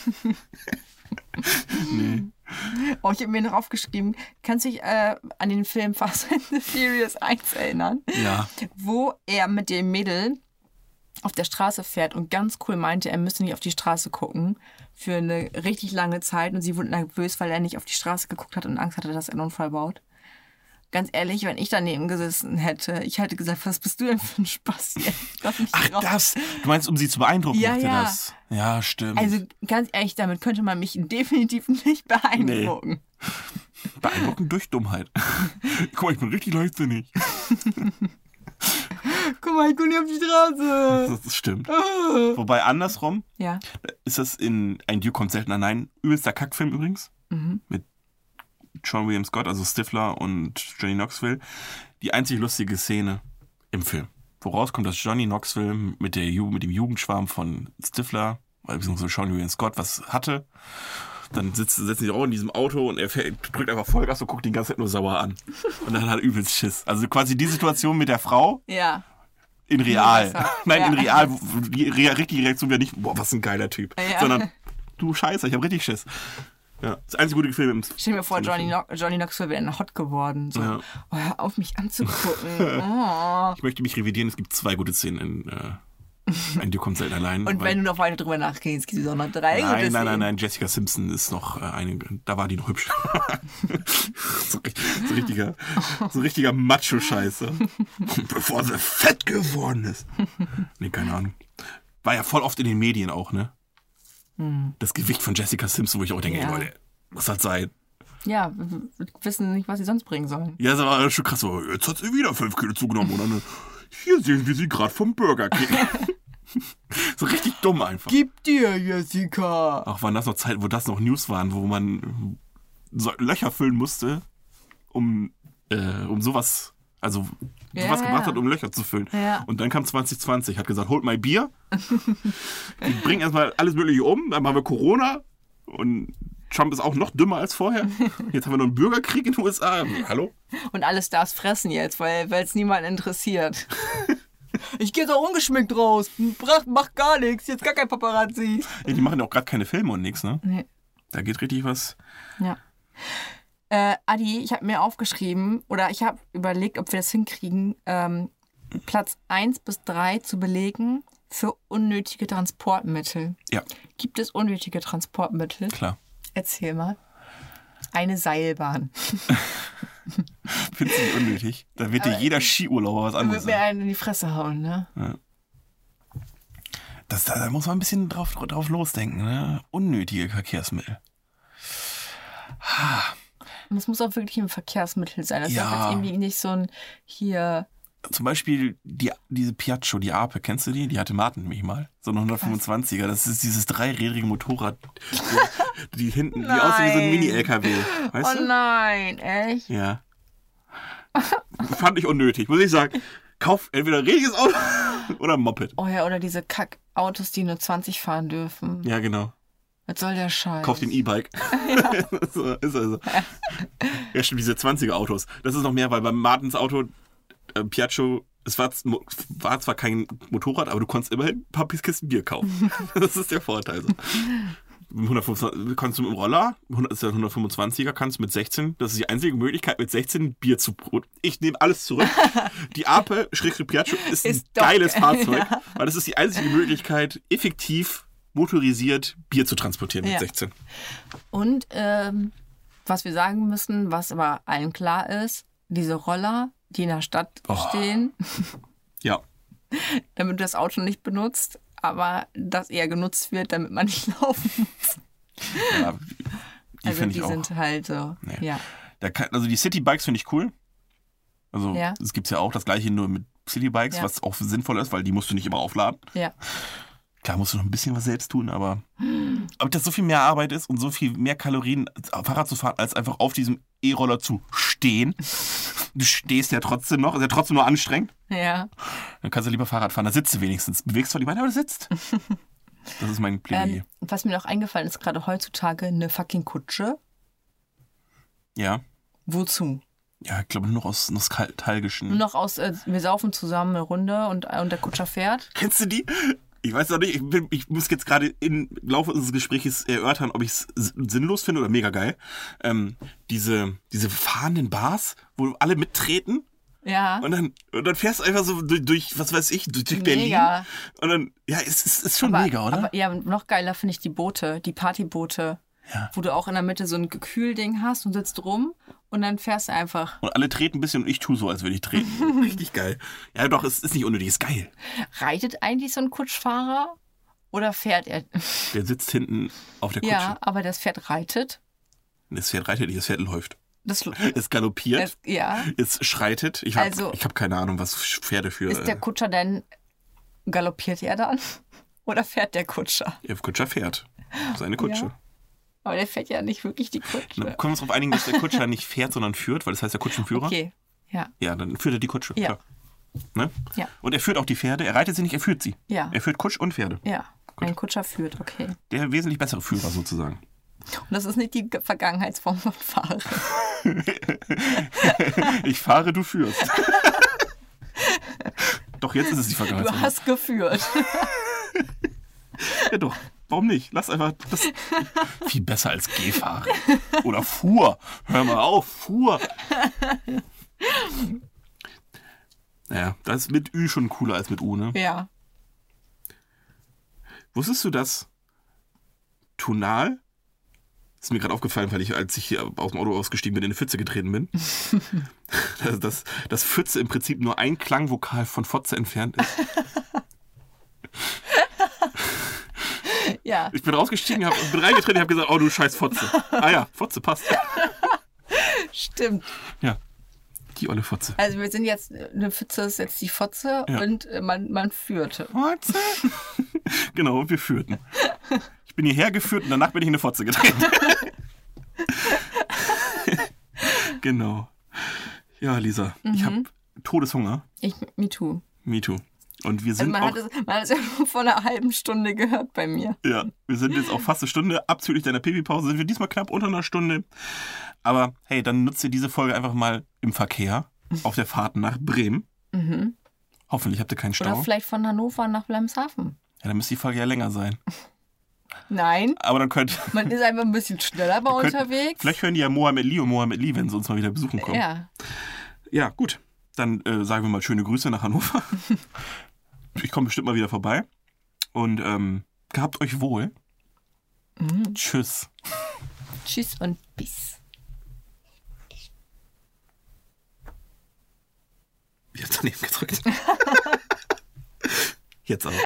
Speaker 2: Oh, ich habe mir noch aufgeschrieben, kannst du dich äh, an den Film Fast and the Furious 1 erinnern?
Speaker 1: Ja.
Speaker 2: Wo er mit dem Mädel auf der Straße fährt und ganz cool meinte, er müsse nicht auf die Straße gucken für eine richtig lange Zeit und sie wurde nervös, weil er nicht auf die Straße geguckt hat und Angst hatte, dass er einen Unfall baut. Ganz ehrlich, wenn ich daneben gesessen hätte, ich hätte gesagt, was bist du denn für ein Spaß hier? Lass mich
Speaker 1: Ach,
Speaker 2: raus.
Speaker 1: das. Du meinst, um sie zu beeindrucken,
Speaker 2: Genau. Ja,
Speaker 1: macht er
Speaker 2: ja.
Speaker 1: das. Ja, stimmt.
Speaker 2: Also ganz ehrlich, damit könnte man mich definitiv nicht beeindrucken.
Speaker 1: beeindrucken durch Dummheit. Guck mal, ich bin richtig leichtsinnig.
Speaker 2: Guck mal, ich gucke nicht auf die Straße.
Speaker 1: Das stimmt. Wobei andersrum,
Speaker 2: ja.
Speaker 1: ist das in Ein Duke kommt seltener Nein, übelster Kackfilm übrigens, mit John William Scott, also Stifler und Johnny Knoxville, die einzig lustige Szene im Film. Woraus kommt, dass Johnny Knoxville mit, der, Ju- mit dem Jugendschwarm von Stifler, weil beziehungsweise John William Scott, was hatte. Dann sitzt, sitzen die auch in diesem Auto und er fährt, drückt einfach Vollgas und guckt die ganze Zeit nur sauer an. Und dann hat er übelst Schiss. Also quasi die Situation mit der Frau
Speaker 2: Ja.
Speaker 1: in real.
Speaker 2: besser.
Speaker 1: Nein, in
Speaker 2: Ja.
Speaker 1: real. wo- Die re richtige Reaktion wäre nicht, boah, was ein geiler Typ.
Speaker 2: Ja.
Speaker 1: Sondern, du Scheiße, ich habe richtig Schiss. Ja, das einzige gute Film im
Speaker 2: Stell dir vor,
Speaker 1: im
Speaker 2: Johnny,
Speaker 1: Film.
Speaker 2: Knox- Johnny Knoxville wäre dann hot geworden. So.
Speaker 1: Ja.
Speaker 2: Oh, hör auf, mich anzugucken. oh.
Speaker 1: Ich möchte mich revidieren, es gibt zwei gute Szenen in äh, Ein Duke kommt selten allein.
Speaker 2: Und
Speaker 1: weil-
Speaker 2: wenn du noch weiter drüber nachgehst, gibt es auch noch
Speaker 1: Nein,
Speaker 2: drei gute
Speaker 1: nein, nein,
Speaker 2: Szenen.
Speaker 1: nein, Jessica Simpson ist noch äh, eine, da war die noch hübsch. so, ri- so richtiger, so richtiger Macho-Scheiße. Bevor sie fett geworden ist. Nee, keine Ahnung. War ja voll oft in den Medien auch, ne? Das Gewicht von Jessica Simpson, wo ich auch denke,
Speaker 2: Ja.
Speaker 1: ey, Leute, was das sein?
Speaker 2: Ja, w- w- wissen nicht, was sie sonst bringen sollen.
Speaker 1: Ja, das war schon krass. Aber jetzt hat sie wieder fünf Kilo zugenommen, oder? Ne? Hier sehen wir sie gerade vom Burger King. so richtig dumm einfach.
Speaker 2: Gib dir, Jessica!
Speaker 1: Auch waren das noch Zeiten, wo das noch News waren, wo man so Löcher füllen musste, um, äh, um sowas also
Speaker 2: Ja,
Speaker 1: was
Speaker 2: ja,
Speaker 1: gebracht
Speaker 2: ja.
Speaker 1: hat, um Löcher zu füllen.
Speaker 2: Ja.
Speaker 1: Und dann kam 2020, hat gesagt, holt mein Bier. Wir bringen erstmal alles Mögliche um, dann haben wir Corona und Trump ist auch noch dümmer als vorher. Jetzt haben wir noch einen Bürgerkrieg in den USA. Hallo?
Speaker 2: Und alles darf fressen jetzt, weil es niemanden interessiert. ich gehe so ungeschminkt raus. Brach, mach gar nichts. Jetzt gar kein Paparazzi.
Speaker 1: Ja, die machen ja auch gerade keine Filme und nichts, ne?
Speaker 2: Nee.
Speaker 1: Da geht richtig was.
Speaker 2: Ja. Äh, Adi, ich habe mir aufgeschrieben oder ich habe überlegt, ob wir das hinkriegen, ähm, Platz 1 bis 3 zu belegen für unnötige Transportmittel.
Speaker 1: Ja,
Speaker 2: Gibt es unnötige Transportmittel?
Speaker 1: klar.
Speaker 2: Erzähl mal. Eine Seilbahn.
Speaker 1: Findest du nicht unnötig? Da wird dir jeder Skiurlauber was
Speaker 2: Da
Speaker 1: anderes
Speaker 2: wird mir
Speaker 1: sagen.
Speaker 2: einen in die Fresse hauen, ne?
Speaker 1: Das, da, da muss man ein bisschen drauf, drauf losdenken, ne? Unnötige Verkehrsmittel.
Speaker 2: Und es muss auch wirklich ein Verkehrsmittel sein. Das
Speaker 1: Ja.
Speaker 2: darf jetzt irgendwie nicht so ein hier.
Speaker 1: Zum Beispiel die, diese Piaggio, die Ape, kennst du die? Die hatte Martin nämlich mal. So eine 125er. Das ist dieses dreirädrige Motorrad, die, die hinten, die aussieht wie so ein
Speaker 2: Nein.
Speaker 1: Mini-LKW. Weißt
Speaker 2: Oh
Speaker 1: du?
Speaker 2: nein, echt?
Speaker 1: Ja. Fand ich unnötig, muss ich sagen. Kauf entweder ein richtiges Auto oder ein Moped.
Speaker 2: Oh ja, oder diese Kack-Autos, die nur 20 fahren dürfen.
Speaker 1: Ja, genau.
Speaker 2: Was soll der Scheiß?
Speaker 1: Kauf den E-Bike. so, ist also. Ja, stimmt, diese 20er-Autos. Das ist noch mehr, weil beim Martins Auto, äh, Piaggio, es war, z- mo- war zwar kein Motorrad, aber du konntest immerhin Papis Kisten Bier kaufen. das ist der Vorteil. So. Mit 125, kannst du mit dem Roller, 100 ist ja ein 125er, kannst mit 16, das ist die einzige Möglichkeit, mit 16 Bier zu Brot. Ich nehme alles zurück. Die Ape, Schrägstrich Piaggio, ist,
Speaker 2: Ist
Speaker 1: ein
Speaker 2: doch-
Speaker 1: geiles Fahrzeug, weil das ist die einzige Möglichkeit, effektiv motorisiert Bier zu transportieren mit
Speaker 2: Ja.
Speaker 1: 16.
Speaker 2: Und ähm, was wir sagen müssen, was aber allen klar ist, diese Roller, die in der Stadt stehen,
Speaker 1: Ja.
Speaker 2: damit du das Auto nicht benutzt, aber das eher genutzt wird, damit man nicht laufen muss.
Speaker 1: Ja, die
Speaker 2: Also
Speaker 1: finde ich
Speaker 2: die
Speaker 1: auch.
Speaker 2: sind halt so.
Speaker 1: Nee.
Speaker 2: Ja.
Speaker 1: da kann, also die Citybikes finde ich cool. Also
Speaker 2: Ja.
Speaker 1: es gibt ja auch das gleiche nur mit Citybikes,
Speaker 2: Ja.
Speaker 1: was auch sinnvoll ist, weil die musst du nicht immer aufladen.
Speaker 2: ja.
Speaker 1: Klar musst du noch ein bisschen was selbst tun, aber ob das so viel mehr Arbeit ist und so viel mehr Kalorien äh, Fahrrad zu fahren, als einfach auf diesem E-Roller zu stehen. Du stehst ja trotzdem noch, ist ja trotzdem nur anstrengend.
Speaker 2: Ja.
Speaker 1: Dann kannst du lieber Fahrrad fahren, da sitzt du wenigstens. Bewegst zwar die Beine, aber du sitzt. Das ist mein Plädoyer.
Speaker 2: Ähm, was mir noch eingefallen ist, gerade heutzutage eine fucking Kutsche.
Speaker 1: ja.
Speaker 2: Wozu?
Speaker 1: Ja, ich glaube nur noch aus nostalgischen.
Speaker 2: Nur noch aus, äh, wir saufen zusammen eine Runde und, äh, und der Kutscher fährt.
Speaker 1: Kennst du die? Ich weiß noch nicht, ich, bin, ich muss jetzt gerade im Laufe unseres Gesprächs erörtern, ob ich es sinnlos finde oder mega geil. Ähm, diese, diese fahrenden Bars, wo alle mittreten
Speaker 2: Ja.
Speaker 1: und dann, und dann fährst du einfach so durch, durch was weiß ich, durch, durch Berlin.
Speaker 2: Mega.
Speaker 1: Und dann, ja, es ist, ist schon
Speaker 2: Aber-
Speaker 1: mega, oder?
Speaker 2: Aber, ja, noch geiler finde ich die Boote, die Partyboote, wo du auch in der Mitte so ein Gekühlding hast und sitzt rum und dann fährst du einfach.
Speaker 1: und alle treten ein bisschen und ich tue so, als würde ich treten. Richtig geil. Ja, doch, es ist nicht unnötig, ist geil.
Speaker 2: Reitet eigentlich so ein Kutschfahrer oder fährt er?
Speaker 1: Der sitzt hinten auf der Kutsche.
Speaker 2: Ja, aber das Pferd reitet.
Speaker 1: Das Pferd reitet nicht, das Pferd läuft.
Speaker 2: Das,
Speaker 1: Es galoppiert,
Speaker 2: das, ja.
Speaker 1: es schreitet. Ich habe
Speaker 2: Also-
Speaker 1: hab keine Ahnung, was Pferde für.
Speaker 2: Ist der Kutscher denn, galoppiert er dann? Oder fährt der Kutscher?
Speaker 1: Der Kutscher fährt. Seine Kutsche.
Speaker 2: Aber der fährt ja nicht wirklich die
Speaker 1: Na,
Speaker 2: Kutsche.
Speaker 1: können wir uns darauf einigen, dass der Kutscher nicht fährt, sondern führt, weil das heißt ja Kutschenführer.
Speaker 2: Okay, ja.
Speaker 1: Ja, dann führt er die Kutsche.
Speaker 2: Ja.
Speaker 1: Klar. Ne?
Speaker 2: Ja.
Speaker 1: Und er führt auch die Pferde. Er reitet sie nicht, er führt sie.
Speaker 2: Ja.
Speaker 1: Er führt Kutsch und Pferde.
Speaker 2: Ja, ein Kutscher führt, okay.
Speaker 1: Der wesentlich bessere Führer sozusagen.
Speaker 2: Und das ist nicht die Vergangenheitsform von Fahrer.
Speaker 1: Ich fahre, du führst. doch, jetzt ist es die Vergangenheit.
Speaker 2: Du hast geführt.
Speaker 1: Ja, doch. Warum nicht? Lass einfach das. Viel besser als Gehfahren. Oder fuhr. Hör mal auf, fuhr. Naja, das ist mit Ü schon cooler als mit U, ne?
Speaker 2: Ja.
Speaker 1: Wusstest du, dass tonal, ist mir gerade aufgefallen, weil ich, als ich hier aus dem Auto ausgestiegen bin, in eine Pfütze getreten bin, dass, dass, dass Pfütze im Prinzip nur ein Klangvokal von Fotze entfernt ist.
Speaker 2: Ja.
Speaker 1: Ich bin rausgestiegen, hab, bin reingetreten und habe gesagt, oh du scheiß Fotze. Ah ja, Fotze passt.
Speaker 2: Stimmt.
Speaker 1: Ja, die olle Fotze.
Speaker 2: Also wir sind jetzt, eine Pfütze ist jetzt die Fotze
Speaker 1: Ja.
Speaker 2: und äh, man, man führte.
Speaker 1: Fotze? genau, und wir führten. Ich bin hierher geführt und danach bin ich in eine Fotze getreten.
Speaker 2: Mhm.
Speaker 1: genau. Ja, Lisa, ich habe Todeshunger.
Speaker 2: Ich, me too.
Speaker 1: Me too. Und wir
Speaker 2: Also
Speaker 1: sind
Speaker 2: man,
Speaker 1: auch,
Speaker 2: hat es, man hat es ja nur vor einer halben Stunde gehört bei mir.
Speaker 1: ja, wir sind jetzt auch fast eine Stunde. Abzüglich deiner Pipi-Pause sind wir diesmal knapp unter einer Stunde. Aber hey, dann nutzt ihr diese Folge einfach mal im Verkehr auf der Fahrt nach Bremen.
Speaker 2: Mhm.
Speaker 1: Hoffentlich habt ihr keinen
Speaker 2: Oder
Speaker 1: Stau. Ja,
Speaker 2: vielleicht von Hannover nach Blemshaven.
Speaker 1: dann müsste die Folge ja länger sein.
Speaker 2: Nein,
Speaker 1: Aber dann könnt,
Speaker 2: man ist einfach ein bisschen schneller bei
Speaker 1: könnt
Speaker 2: unterwegs.
Speaker 1: vielleicht hören die ja Mohammed Lee und Mohammed Lee, wenn sie uns mal wieder besuchen kommen.
Speaker 2: ja.
Speaker 1: Ja, gut. Dann äh, sagen wir mal schöne Grüße nach Hannover. ich komme bestimmt mal wieder vorbei. Und ähm, gehabt euch wohl. Tschüss.
Speaker 2: Tschüss und bis.
Speaker 1: Ich hab daneben gedrückt. Jetzt aber.